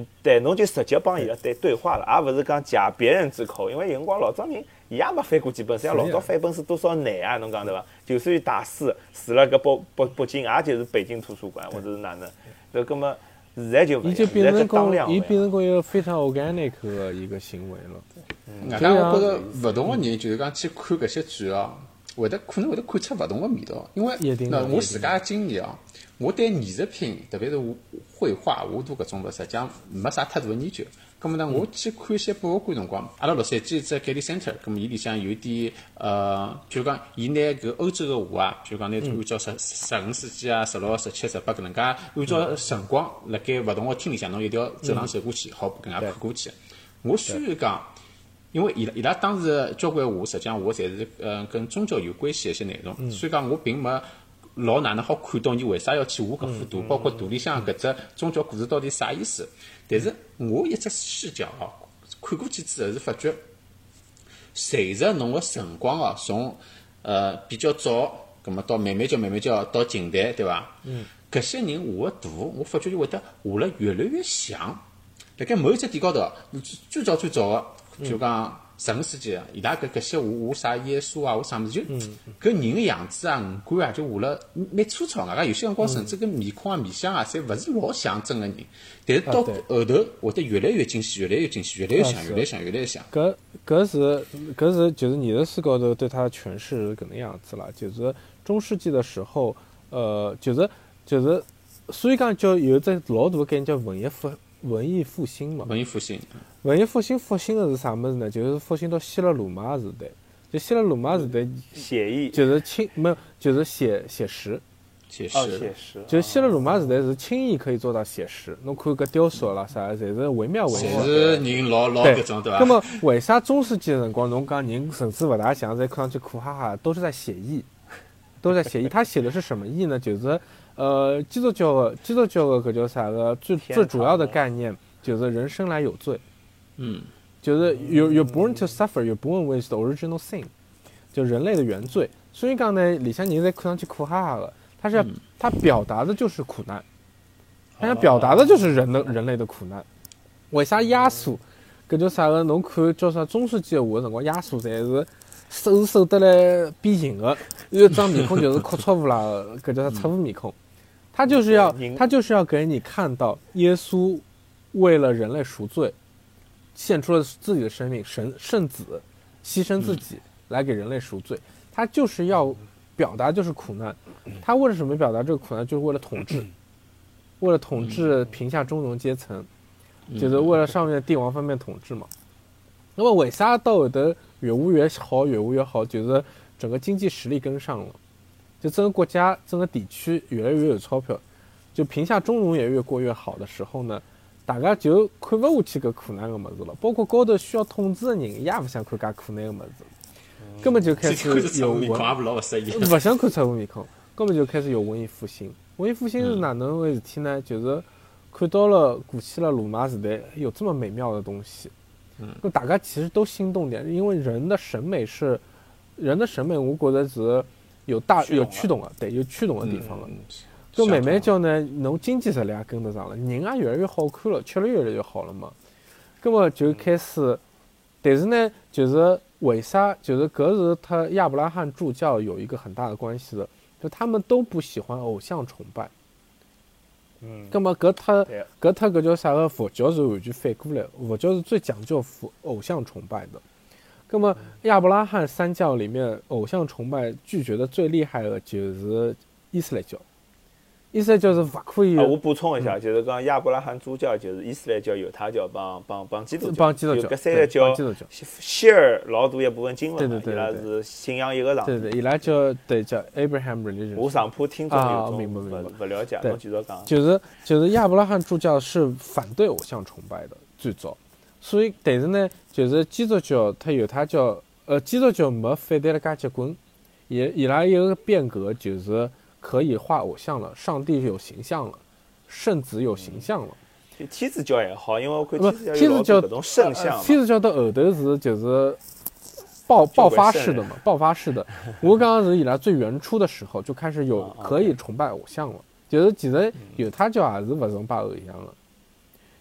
了。对，侬就直接帮伊拉对对话了，而勿是讲借别人之口。因为有辰光老早人伊也没翻过几本书，像是呀老早翻本书多少难啊，侬讲对伐？就算大师住了个北北北京，也就是北京图书馆或者是哪能，那葛么现在就勿一伊样就变哎现在成只当量讲，勿一伊变样。成讲一个非常 organic 的一个行为了。外加我觉着勿同个人就是讲去看搿些剧哦，会得可能会得看出勿同个味道。因为一定那的一定的我自家经验哦，我对艺术品，特别是绘画、画图搿种物事，实际上没啥太大个研究。咁么呢，我去看一些博物馆辰光，阿拉洛杉矶有只 Getty Center，咁么伊里向有点呃，就讲伊拿搿欧洲个画啊，就讲拿它按照十十五世纪啊、十六、十七、十八搿能介，按照辰光辣盖勿同个厅里向，侬一定要走廊走过去，好搿能介看过去。我虽然讲。因为伊拉伊拉当时交关话，实际上我侪是呃跟宗教有关系的一些内容，所以讲我并没老哪能好看懂伊为啥要去画搿幅图，包括图里向搿只宗教故事到底啥意思。但是我一只视角哦，看过去之后是发觉，随着侬个辰光哦，从呃比较早，葛么到慢慢叫慢慢叫到近代，对伐？嗯，搿些人画个图，我发觉就会得画了越来越像。辣盖某一只点高头，你最最早最早嗯个，就讲十五世纪的，伊拉搿搿些画画啥耶稣啊，画啥物事，就嗯搿人个样子啊、五官啊，就画了蛮粗糙个。外加有些辰光甚嗯至搿面孔啊、面相啊，侪勿是老像真个人。但是到啊对后头会得越来越精细，越来越精细，越来越像，是越嗯来越像，越来越像。搿搿是搿是就是艺术史高头对它的诠释是搿能样子啦，就是中世纪的时候，呃，就是就是，所以讲叫有只老大的概念叫文艺复文艺复兴嘛。文艺复兴，文艺复兴复兴的是啥物事呢？就是复兴到希腊罗马时代，就希腊罗马时代写意就是清没有就是写写实，确哦，实写。实，就是希腊罗马时代是轻易可以做到写实。侬看搿雕塑啦啥，侪是惟妙惟肖。侪是人老老搿种对伐？那么为啥中世纪的辰光，侬讲人甚至勿大像，在看上去苦哈哈，都是在写意， (laughs) 都是在写意。他写的是什么意呢？就是呃，基督教的基督教的搿叫啥个最天堂最主要的概念，就是人生来有罪，嗯，就是 you you born to suffer, you born with the original sin，就人类的原罪。所以讲呢，里向人在看上去苦哈哈的，他是要他表达的就是苦难。他想表达的就是人的人类的苦难。为啥耶稣？搿叫啥个？侬看叫啥中世纪的画的辰光，耶稣侪是手手得来变形的，有一张面孔就是哭出乌啦 (laughs) 的，搿叫啥赤乌面孔。他就是要对人他就是要给你看到耶稣为了人类赎罪，献出了自己的生命，神圣子牺牲自己来给人类赎罪。他就是要表达就是苦难，他为了什么表达这个苦难？就是为了统治。为了统治贫下中农阶层，就是为了上面帝王方面统治嘛。那么为啥到后头越画越好，越画越好，就是整个经济实力跟上了，就整个国家、整个地区越来越有钞票，就贫下中农也越过越好的时候呢，大家就看不下去搿苦难个物事了。包括高头需要统治的人，伊也勿想看介苦难个物事，根本就开最看着始有嗯侧面文孔啊也勿老勿适意。勿想看出文面孔，根本就开始有文艺复兴。文艺复兴是哪能回事体呢？就是看到了过去了罗马时代有这么美妙的东西，嗯，那大家其实都心动点，因为人的审美是人的审美，我觉着是有大驱动有的驱动的，对，有驱动的地方了。嗯，就啊慢慢叫呢，侬经济实力也跟得上了，人也越来越好看了，吃了越来越好了嘛。葛么就开始，嗯但是呢，就是为啥？就是搿是他亚伯拉罕助教有一个很大的关系的，就他们都不喜欢偶像崇拜。嗯，葛么搿他对，搿他搿叫啥个佛教是完全反过来，佛教是最讲究佛偶像崇拜的。葛嗯么亚伯拉罕三教里面，偶像崇拜拒绝的最厉害的就是伊斯兰教。伊斯兰教是勿可以啊，我补充一下，就是讲亚伯拉罕主教就是伊斯兰教、犹太教帮帮帮基督教，帮基督教有搿三对个教帮基督教 share 老大一部分经文嘛，伊对对对拉对是信仰一个上帝。对对，伊拉叫对叫 Abraham religion，我上铺听众啊有种明白明白勿勿了解，对侬继续讲。就是就是亚伯拉罕助教是反对偶像崇拜的最早，所以但是呢，就是基督教它有它叫呃基督教没反对了介结棍，伊伊拉有个变革就是可以画偶像了，上帝有形象了，圣子有形象了。天主教也好，因为我看不，天天主教主教有老多搿种呃圣像嘛，天主教到后头是就是爆爆发式的嘛，爆发式 (laughs) 的。我刚刚是以来最原初的时候就开始有啊啊嗯可以崇拜偶像了，就是其实犹太教也是不崇拜偶像的。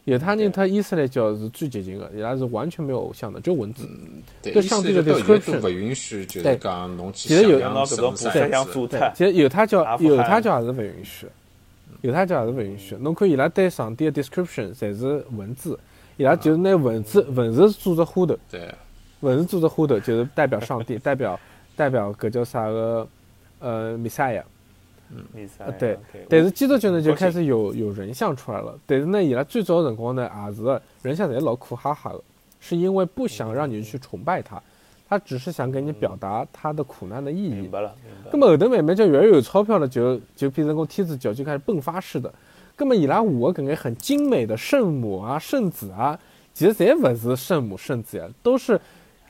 犹太人他伊斯兰教是最接近的，伊拉是完全没有偶像的，就文字。嗯对，对意上思帝就的到现在 description 都不允许，就对是讲侬去其实有像想拿象搿什种么菩萨啥像样子做脱对，，其实犹太教阿富汗嗯犹太教也是不允许，犹太教也是不允许。侬看伊拉对上帝的 description 侪是文字，伊啊拉就是拿文字文字做只花头。对，文字做的花头，就是代表上帝，代表代表搿叫啥个呃弥赛亚。意思啊啊，对 OK，但是基督教呢就高兴开始有有人像出来了，但是呢伊拉最早的辰光呢也是的人像侪老苦哈哈的，是因为不想让你去崇拜他，他只是想给你表达他的苦难的意义明。白了，明白了。那么后头慢慢就越来越有钞票了，就就变成讲天主教就开始迸发式的。那么伊拉画的搿眼很精美的圣母啊、圣子啊，其实侪勿是圣母、圣子呀、啊都是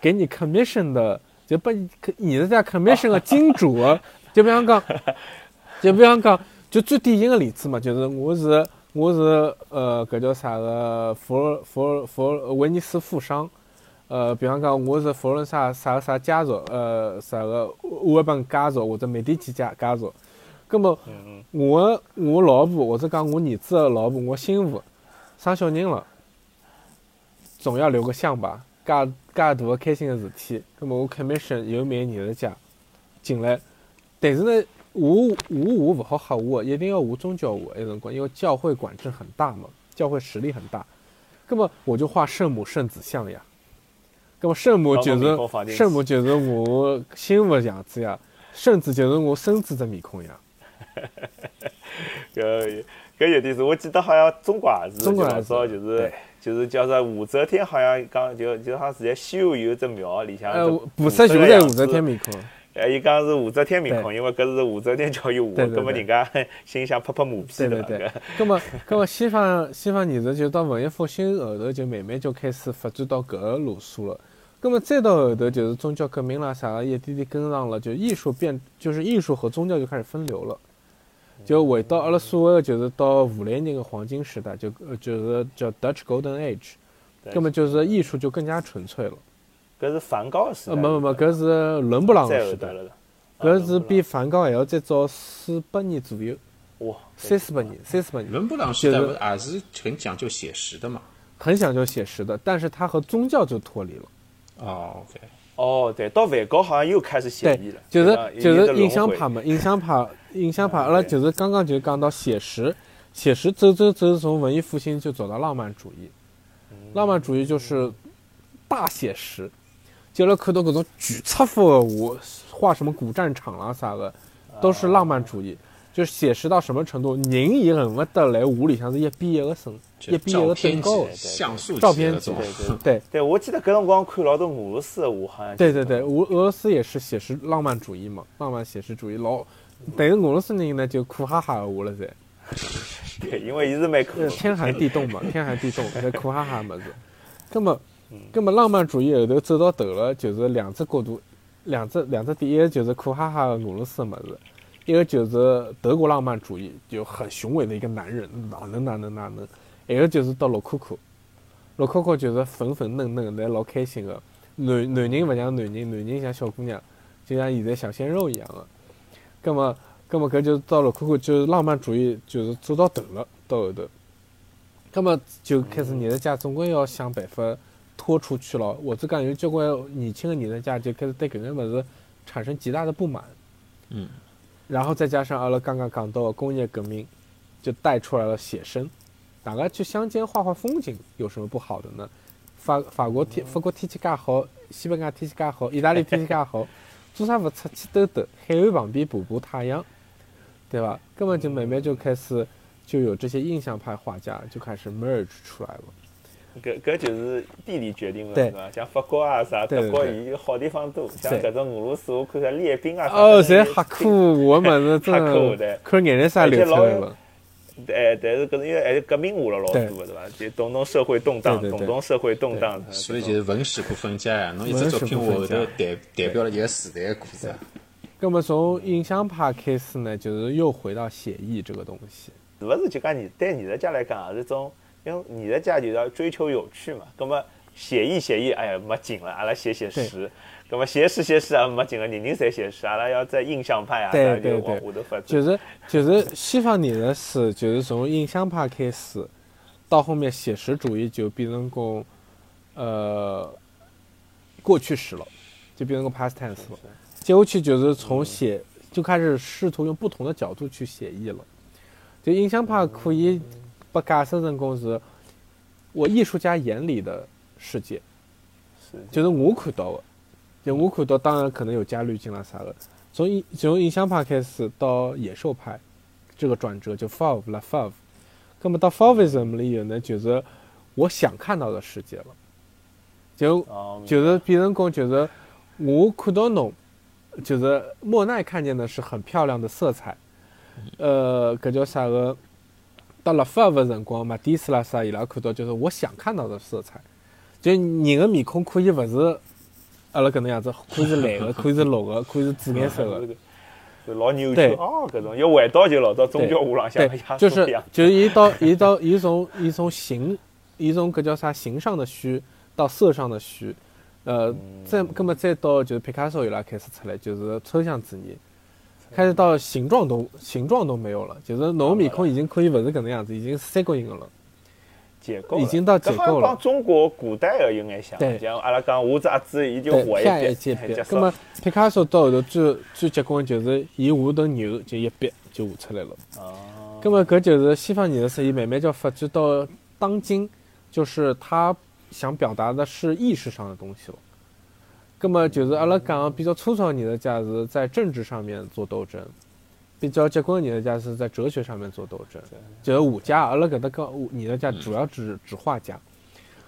给你 commission 的，就把你艺术家 commission 的金主啊，就比方讲，就比方讲，就最典型的例子嘛，就是我是我是呃搿叫啥个佛罗佛罗佛罗威尼斯富商。呃，比方讲，我是佛罗伦萨啥啥家族，呃，啥个乌尔本家族或者美第奇家家族，那么我我老婆或者讲我儿子的老婆，我媳妇生小人了，总要留个像吧，介介大个开心个事体，那么我 commission 有每艺术家进来，但是呢，我我我勿好吓我，啊一定要我宗教我，埃辰光因为教会管制很大嘛，教会实力很大，那么我就画圣母圣子像呀。那么圣母就老公面孔放进是去圣母就是我媳妇的样子呀，圣子就是我孙子的面孔呀。搿搿有点是，我记得好像中国也是，中国也就老是早就是对就是叫啥武则天，好像讲就就好像是在西游有一只庙里向，呃，菩菩萨就是在样武则子天 (laughs) 面孔，哎，伊讲是武则天面孔，对因为搿是武则天教育我，对对搿么对人家 (laughs) 心里想拍拍马屁对对对伐？对搿。那么，那么西方西方艺术就到文艺复兴后头就慢慢就开始发展到搿个路数了。那么再到后头就是宗教革命啦啥个，一点点跟上了，就艺术变就是艺术和宗教就开始分流了。就回到阿拉所谓的就是到五零年的黄金时代，就呃就是叫 Dutch Golden Age，对那么就是艺术就更加纯粹了。搿是梵高的时呃，代。没没没，搿是伦勃朗再的后时头代，了啊啦。搿是比比梵高还要再早四百年左右，哇，三四百年，三四嗯百年。伦勃朗时代就不是是也是很讲究写实的嘛？很讲究写实的，但是它和宗教就脱离了。哦，OK，哦，对，到梵高好像又开始写对意了，，就吧是就有一个是轮印象回 (laughs) 派嘛，印象派，印象派。啊阿拉对就是刚刚就讲到写实，写实走走走，从文艺复兴就走到浪漫主义，嗯浪漫主义就是大写实，就阿拉看到各种巨册幅的画，画什么古战场啦啥个，都是浪漫主义。啊就是写实到什么程度，人也恨不得来屋里向是一比一个深，就一比一照个片更集高的。、像素照集的片那集种，对对对，对，我记得搿辰光看老多俄罗斯的画，好像对对对，俄俄罗斯也是写实浪漫主义嘛，浪漫写实主义老，但是俄罗斯人呢就苦哈哈的画了噻，对，因为伊是蛮酷呃的。天寒地冻嘛，天寒 (laughs) 地冻，那苦哈嗯哈么子。那么，那么浪漫主义后头走到头了，就是两只国度，两只两只第一就是苦哈哈的俄罗斯么子，一个就是德国浪漫主义，就很雄伟的一个男人，哪能哪能哪能，一个就是到洛可可，洛可可就是粉粉嫩嫩的，老开心的。男男人勿像男人，男人像小姑娘，就像现在小鲜肉一样的。葛么，葛么搿就是到洛可可，就是浪漫主义，就是做到头了，到后头。葛么就开始艺术家总归要想办法拖出去了。我只讲有交关年轻的艺术家就开始对搿眼物事产生极大的不满。嗯。然后再加上阿拉刚刚讲到的工业革命，就带出来了写生。大家去乡间画画风景有什么不好的呢？法法国天法国天气介好，西班牙天气介好，意大利天气介好，做啥勿出去兜兜，海岸旁边补补太阳，对吧？根本就慢慢就开始就有这些印象派画家就开始 merge 出来了。搿搿就是地理决定了，对是吧？像法国啊啥，对德国对伊好地方多，像对搿种俄罗斯，我看看列兵啊啥，哦，侪侪吓酷，我么子真吓哭对的看眼泪水流出来了。哎，但是搿是因为还是革命化了老对多，对伐？就动动社会动荡，对对对动动社会动荡。是吧所以就是文史不分家呀，侬一只文史作不品分我后家头代代表了一个时代的故事。那么从印象派开始呢，就是又回到写意这个东西。是勿是就讲你对艺术家来讲也是种，因为艺术家就是要追求有趣嘛。葛么写意写意，哎呀没劲了，阿拉写写诗。葛么写诗写诗也没劲了，人人侪写诗，阿拉要在印象派啊对啥对就往对下头发展。就是就是西方艺术史，就是从印象派开始，到后面写实主义就变成个呃过去式了，就变成个 past tense 了。接过去就是从写就开始试图用不同的角度去写意了。就印象派可以把假设成功是我艺术家眼里的世界，是就是我看到的，就我看到，当然可能有加滤镜啦啥的。从印从印象派开始到野兽派，这个转折就 Fauve 啦 Fauve，那么到 Fauvism 里有呢，就是我想看到的世界了，就哦，就是变成讲就是我看到侬，就是莫奈看见的是很漂亮的色彩，呃，搿叫啥个？到了法国辰光，马蒂斯啦啥伊拉看到就是我想看到的色彩，就人的面孔可以勿是阿拉搿能样子，可以是蓝的，可以是绿的，可以是紫颜色的。就老扭曲对哦，搿种要回到就老到宗教下浪向对像，就苏是一样就是一到一到一从一从形一从搿叫啥形上的虚到色上的虚，呃，再葛么再到就是皮卡丘伊拉开始出来，就是抽象主义，开始到形状都形状都没有了，就是侬面孔已经可以勿是搿能样子，已经是三角形的了。 (laughs) 解构了已经到搿解好像构了帮中国古代的有眼像，对像阿拉讲胡子阿子，伊就对，画一下一笔，级哎别结。那束么皮卡丘到后头最最结棍的就是伊画头牛就一笔就画出来了。哦，那么搿就是西方艺术史，伊慢慢就发展到当今，就是他想表达的是意识上的东西了。那么就是阿拉讲比较粗糙的艺术家是在政治上面做斗争，比较结棍的艺术家是在哲学上面做斗争。就是画家，阿拉搿搭讲艺术家主要指指画家。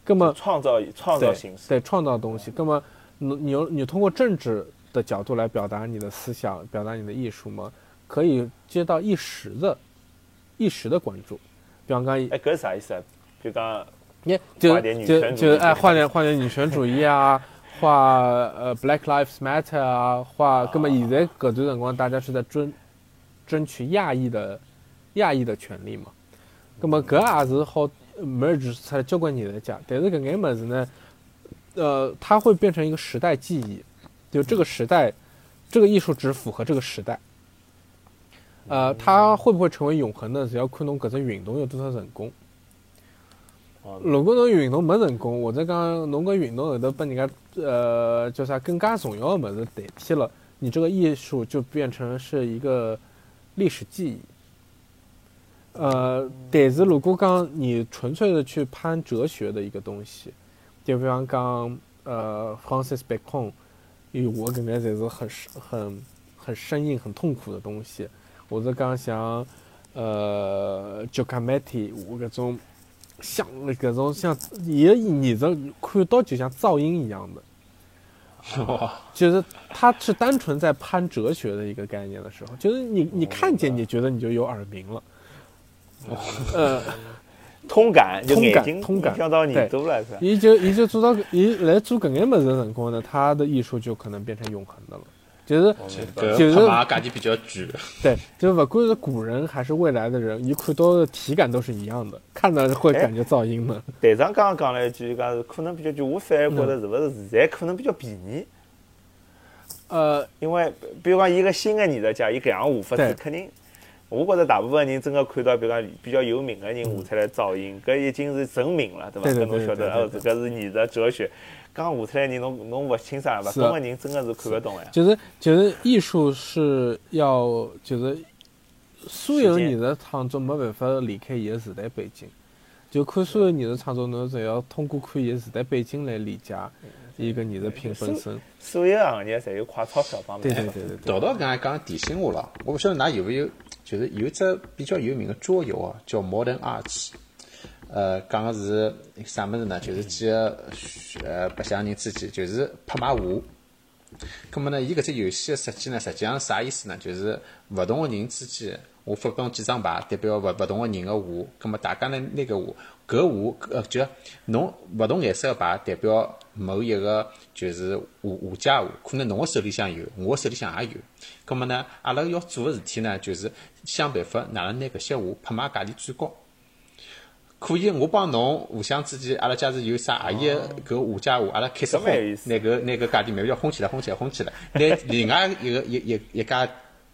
那么创造创造对形式，对创造东西。那么你你有你通过政治的角度来表达你的思想，表达你的艺术吗？可以接到一时的、一时的关注。比方讲，哎，搿是啥意思啊？就讲你就画点女权就主义就这哎，种画点画点女权主义啊，画呃 Black Lives Matter 啊，画。那么现在搿段辰光，大家是在争争取亚裔的亚裔的权利嘛。那么搿也是好 merge 出来交关艺术家，但是搿眼物事呢，呃，它会变成一个时代记忆，就这个时代，这个艺术只符合这个时代。呃，它会不会成为永恒呢？只要看侬搿只运动有多少成功。哦如果侬运动没成功，或者讲侬搿运动后头被人家呃叫啥更加重要的物事代替了，你这个艺术就变成是一个历史记忆。呃，但是如果讲你纯粹的去攀哲学的一个东西，就比方讲呃，Francis Bacon，因为我感觉侪是很深很很生硬、很痛苦的东西。我是讲像呃 j o c a m e t i 我搿种像搿种像伊个艺术看到就像噪音一样的， (laughs) 啊就是它是单纯在攀哲学的一个概念的时候，就是你你看见你觉得你就有耳鸣了， (laughs) 呃，通感，就通眼感睛通感跳到你对都来是吧？伊就伊就做到搿伊来做搿眼物事的辰光呢，他的艺术就可能变成永恒的了，就是搿就是拍卖价钿比较贵，对，就是不管是古人还是未来的人，一看到的体感都是一样的，看到会感觉噪音的。队长刚刚讲了一句，讲是可能比较贵，我反而觉得是勿是现在可能比较便宜，呃，因为比如讲伊个新个艺术家，伊搿样画法对子肯定。我觉着大部分人真个看到，比如讲比较有名个人画出来的造型，搿已经是成名了，对伐？对对搿侬对晓对得，对哦，这个是艺术哲学。刚画出来的人，侬侬勿欣赏，勿是懂个人真个是看勿懂个呀。就是就是艺术是要就是所有艺术创作没办法离开伊个时代背景，就看所有艺术创作，侬只要通过看伊个时代背景来理解伊个艺术品本身。所有行业侪有快钞票帮对忙对对对对，道道搿样讲提醒我了，我勿晓得㑚有勿有，就是有一只比较有名个桌游啊，叫 Modern Arts。呃，讲个是啥物事呢？就是几个呃白相人之间，就是拍卖画。咁么呢，伊搿只游戏个设计呢，实际上是啥意思呢？就是勿同个人之间，我发动几张牌，代表勿勿同个人个画。咁么大家呢拿搿画，搿画呃就侬勿同颜色个牌代表某一个就是画画家画，可能侬个手里向有，我个手里向也有。咁么呢，阿拉要做个事体呢，就是想办法哪能拿搿些画拍卖价钿最高。可以，我帮侬互相之间，阿拉假使有啥阿姨搿五家话，阿拉开始哦搿轰，蛮有意思拿搿拿搿价钿慢慢叫轰起来，轰起来，轰起来。拿另外一个一一一家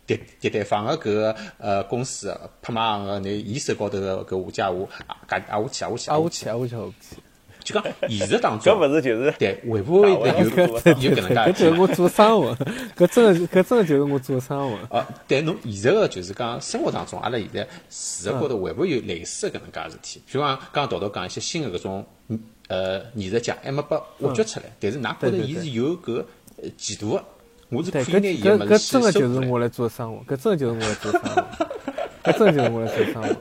迭迭对方个搿个呃公司拍卖行个，拿伊手高头个搿五家话价钿压下去，压下去，啊，压我下去。去啊，我去啊，我去。就讲现实当搿中，勿是就是对，会不会有打有完了做有搿能介搿的事就是体？我做生活，搿真的是搿真的就是我做生活。啊，但侬现实个就是讲生活当中，阿拉现在事实高头会勿会有类似搿能介个事体？比如讲，刚刚道道讲一些新个搿种嗯呃艺术家还没被挖掘出来，但是㑚觉嗯对得对伊对是有搿呃前途个，我是可对，以拿伊搿个搿物事搿先真的收就回是来我来做生活，搿真的就是我来做生活，搿真的就是我来做生活。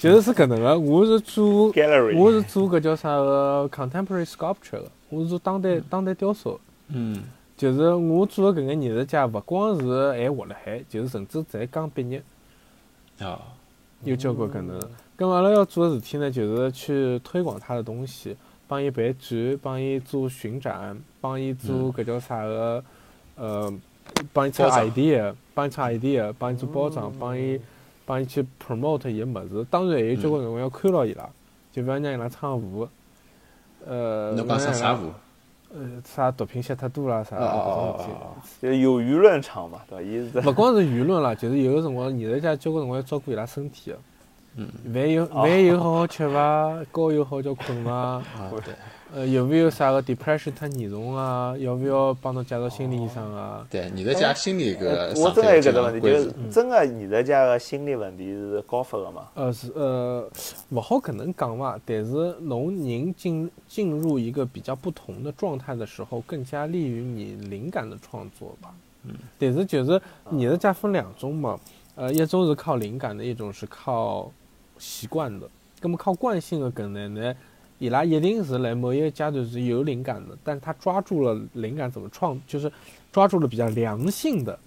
就是是搿能个，我是做 Gallery 我是做搿叫啥个 contemporary sculpture 的，我是做当代当代雕塑。嗯，就是我做的搿眼艺术家，勿光是还活辣海，就是甚至侪刚毕业。嗯啊。有交关可能。咁阿拉要做的事体呢，就是去推广他的东西，帮伊办展，帮伊做巡展，帮伊嗯做搿叫啥个，呃，帮伊出包装 idea，帮伊出嗯 idea，帮伊做包装，帮哦伊帮伊去 promote 伊个物事。当然也有交关辰光要看牢伊拉，嗯就勿要让伊拉唱舞。呃，侬讲勿上要让伊啥拉舞？呃，啥毒品吸太多啦，啥哦哦搿种哦事体。哦就是有舆论场嘛，对伐？伊是勿光是舆论啦，就是有个辰光，艺术家交关辰光要照顾伊拉身体个。饭有饭有好好吃伐？觉有好好叫困伐？哦哦，对呃，有没有啥个 depression 太严重啊？要勿要帮侬介绍心理医生啊？对，艺术家心理呃搿哎我上真的有搿头个经常问题，关就注是。嗯真个艺术家个心理问题是高发个嘛？呃是呃，勿好搿能讲伐，但是侬人进进入一个比较不同的状态的时候，更加利于你灵感的创作吧。嗯，但是就是艺术家分两种嘛，呃，一种是靠灵感的，一种是靠习惯的。那么靠惯性的搿能呢，伊拉一定是来某一个阶段是有灵感的，但是他抓住了灵感怎么创，就是抓住了比较良性的，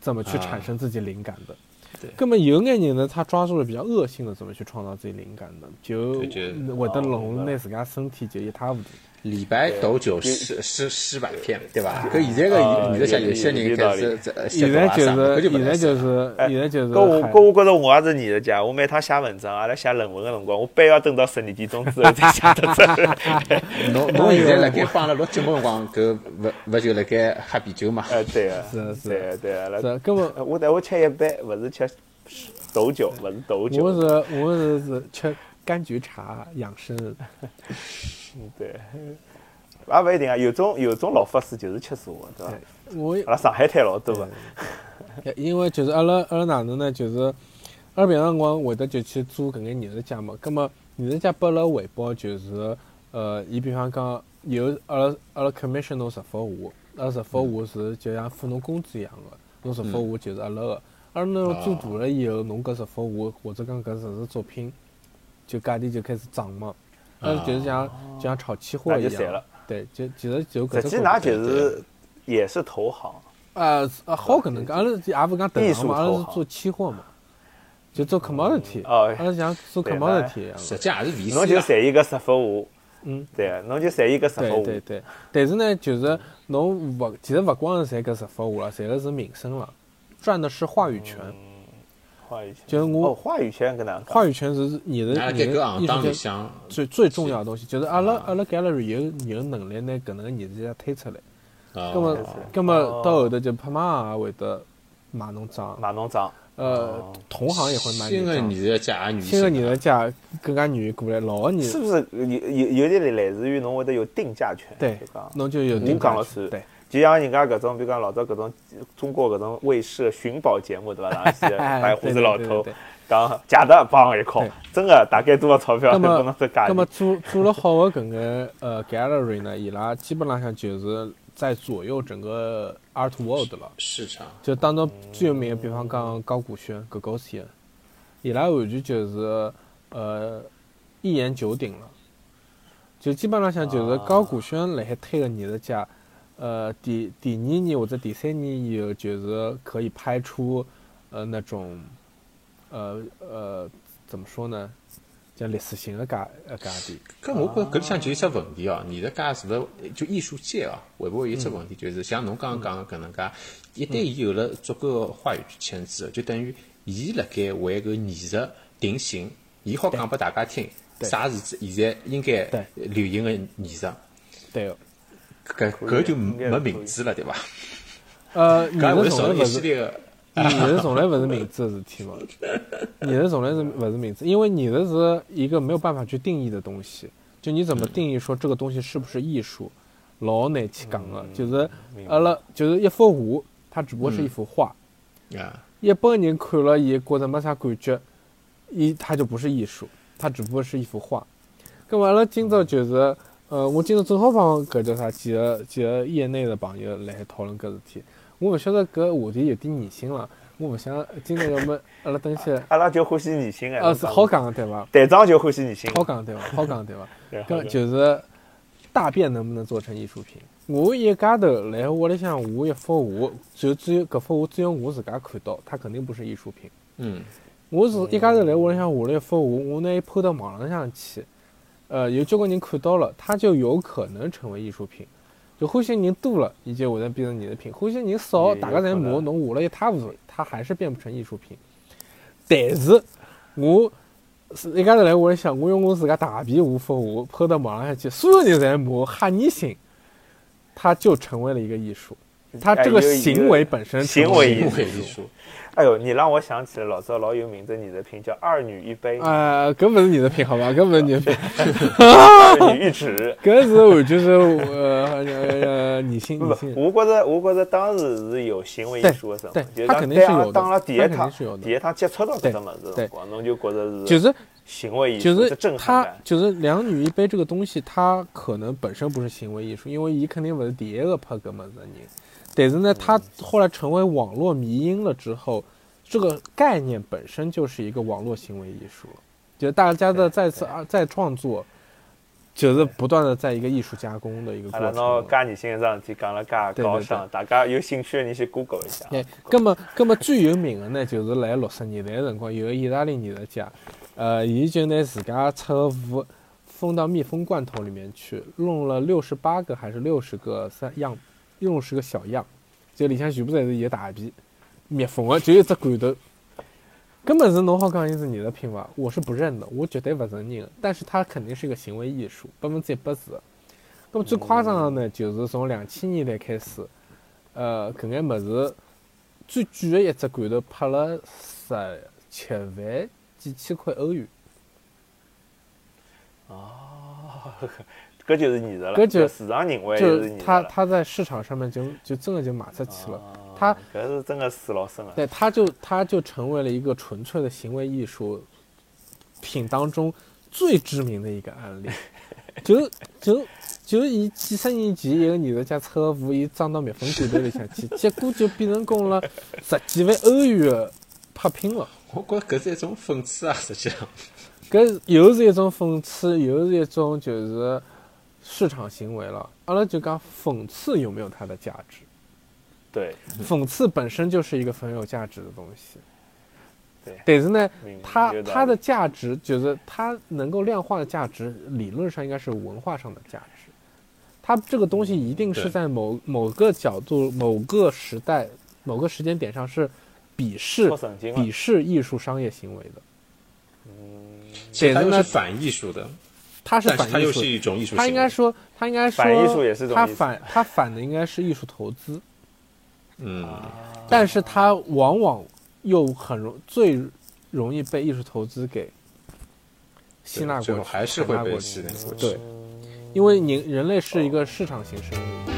怎么去产生自己灵感的。对根本有眼人呢，他抓住了比较恶性的，怎么去创造自己灵感的，就对就嗯会得哦明弄白拿自家身体就一塌糊涂。李白斗酒诗诗诗百篇，对啊伐？搿现在个艺术家有些人开始在现在就写作啊啥是搿就现勿来在塞就了哎是现在就是搿我还搿我觉着我也是艺术家，我每趟写文章，阿拉写论文个辰光，我班要等到十二点钟之后才写得出来。侬侬现在辣盖帮阿拉录节目辰光，搿勿勿就辣盖喝啤酒嘛？呃， (laughs) 对个，是啊是对个，对个。阿拉是根本呃我但我吃一杯，勿是吃斗酒，勿是斗酒。我是我是是吃柑橘茶养生，对，也勿一定啊。有种有种老法师就是吃茶个，对伐？我阿拉上海滩老多个，也因为就是阿拉阿拉哪能呢？就是阿拉平常辰光会得就去做搿眼艺术家嘛。葛末艺术家拨阿拉回报就是，呃，伊比方讲有阿拉阿拉 commission 侬十幅画，阿拉十幅画是就像付侬工资一样个，侬十幅画就是阿拉个。阿拉侬嗯做大了以后，侬搿十幅画或者讲搿十幅作品，就价钿就开始涨嘛。阿拉就是像就像炒期货哦那就一赚样了，对，就其实就搿实只际过㑚程就是也是投行。啊是啊，好搿能介，阿拉也勿讲艺投行术嘛，阿拉投啊是行做期货嘛，就做啊 commodity，哦阿拉像做对 commodity 一样实的。际也是 VC 侬就啦赚伊搿十幅画，嗯，对个，侬就随意搿十幅对对画，对，但是呢，就是侬勿，其实勿光是赚搿十幅画了，赚的是名声了，赚的是话语权。话语权，就是我嗯哦话语权搿能介，话语权是你的那你在搿的艺行啊当术里家向，最最重要的东西，就是阿啊拉阿拉 gallery 有有能力拿搿能个艺术家推出来。啊葛，么推出来，葛么哦到后头就拍卖也啊会得买侬张，买侬张，呃，哦同行也会买新你的艺。术家张也女新的艺性术家更加愿意过来，老的艺是术不是有有有点类似于侬会得有定价权？对就讲，侬就有我定讲价了权是对，就像人家搿种，比如讲老早搿种中国搿种卫视寻宝节目对 (laughs) 伐？哪些白胡子老对对对头对对讲假的帮一靠对，真的大概多少钞票那能么不能再假那的么？做做了好的搿个呃 gallery 呢，伊拉基本浪向就是在左右整个 art world 了。市场，就当中最有名的，比方讲高古轩、搿高轩，伊拉完全就是呃一言九鼎了。就基本浪向就是高古轩辣海推个艺术家，呃，第第二年或者第三年以后，就是可以拍出呃那种呃呃怎么说呢，像历史性的价呃价钿。搿我觉着搿里向就有一只问题哦，艺术家是勿是就艺术界哦，会勿会有一只问题，就是像侬刚刚讲个搿能介，一旦伊有了足够个话语权之后，就等于伊辣盖为搿艺术定性，伊好讲拨大家听对啥是现在应该对流行个艺术，对哦，搿搿就没名字了，对伐？呃，你搿的会从来成勿一是系列个艺术从来勿是名字的事体嘛，艺术从来是勿是名字，因为艺术是一个没有办法去定义的东西，就你怎么定义说这个东西是不是艺术，老难去讲的。就是阿拉就是一幅画，它只不过是一幅画，啊，一般人看了伊觉着没啥感觉，伊它就不是艺术，它只不过是一幅画。咁么阿拉今嗯朝就是，呃，我今朝正好帮搿叫啥几个几个业内的朋友来讨论搿事体。我勿晓得搿话题有点恶心了，我勿想今朝要么阿拉等歇，阿拉就欢喜女啊性哎，呃，是好讲的对伐？队长就欢喜女性，好讲的对伐？好讲的对伐？对好搿讲就是大便能不能做成艺术品？我一家头来屋里向画一幅画，就只有搿幅画只有我自家看到，它肯定不是艺术品。嗯，我哦是一家头来屋里向画了一幅画，我拿伊抛到网浪向去，呃，有交关人看到了，它就有可能成为艺术品。就欢喜人多了，伊就会得变成艺术品；欢喜人少，也有大家侪可骂能侬画了一塌糊涂，它还是变不成艺术品。但是，我是一家头来屋里向，我用我自家大便画幅画抛到网浪向去，所有人侪骂哈你行，它就成为了一个艺术。它这个哎有有行为本身成行为为了一个艺不术会艺术，哎呦，你让我想起了老早老有名的你的评叫“二女一杯，啊，搿勿是你的品好吧？搿勿是你的品，二女一指”。 (laughs) 搿是我就是呃呃女性不女是性，我觉着，我觉着当时是有行为艺术的什么，对就是他讲肯定是当有的当了第他一肯趟定是有的第一趟接触到搿对只物事的辰对光，侬就觉着就是是行为艺术，就是这震撼它感。就是两女一杯这个东西，它可能本身不是行为艺术，因为伊肯定勿是第一个拍搿么子的人，但是呢，它后来成为网络迷因了之后，这个概念本身就是一个网络行为艺术了，就是大家的再次二再创作，就是不断的在一个艺术加工的一个阿过拉程侬了。介女性桩事体讲了介高对尚，大家有兴趣的人去 Google 一下。哎，葛么，葛么最有名的呢，就是来六十年代的辰光，有个意大利艺术家，呃，伊就拿自家出个符封到密封罐头里面去，弄了六十八个还是六十个三样，六十个小样，就里向全部侪是伊个大便，密封的，就一只罐头。根本是侬好讲伊是艺术品伐？我是不认的，我绝对勿承认的。但是它肯定是一个行为艺术，百分之一百是的。那么最夸张的呢，就是从两千年代开始，呃，搿眼物事最贵的一只罐头拍了十七万几千块欧元，搿就是艺术了，搿就市场认为就是是艺术他了。他在市场上面就就真的就卖出去了，他搿是真的水老深啊！对他就他就成为了一个纯粹的行为艺术品当中最知名的一个案例，就就就以几十年前一个艺术家出个符，伊装到蜜蜂罐头里向去，结果就变成功了十几万欧元的拍品了。我觉着搿是一种讽刺啊，实际 (laughs) 上。搿又是一种讽刺，又是一种就是市场行为了。阿拉就讲讽刺有没有它的价值？对，嗯讽刺本身就是一个很有价值的东西。对但是呢明，它有道理它的价值就是它能够量化的价值，理论上应该是文化上的价值。它这个东西一定是对在某某个角度、某个时代、某个时间点上是鄙视戳神经了鄙视艺术商业行为的，嗯其实它又对那是反艺术的，它是但反是它艺又术是的一种艺术行为。他应该说，他应该说，反艺术也是种他艺术反他反的应该是艺术投资，嗯，啊但是他往往又很容最容易被艺术投资给吸纳最过后去，还是采纳会被过吸去纳过去。对，因为人人类是一个市场型生物。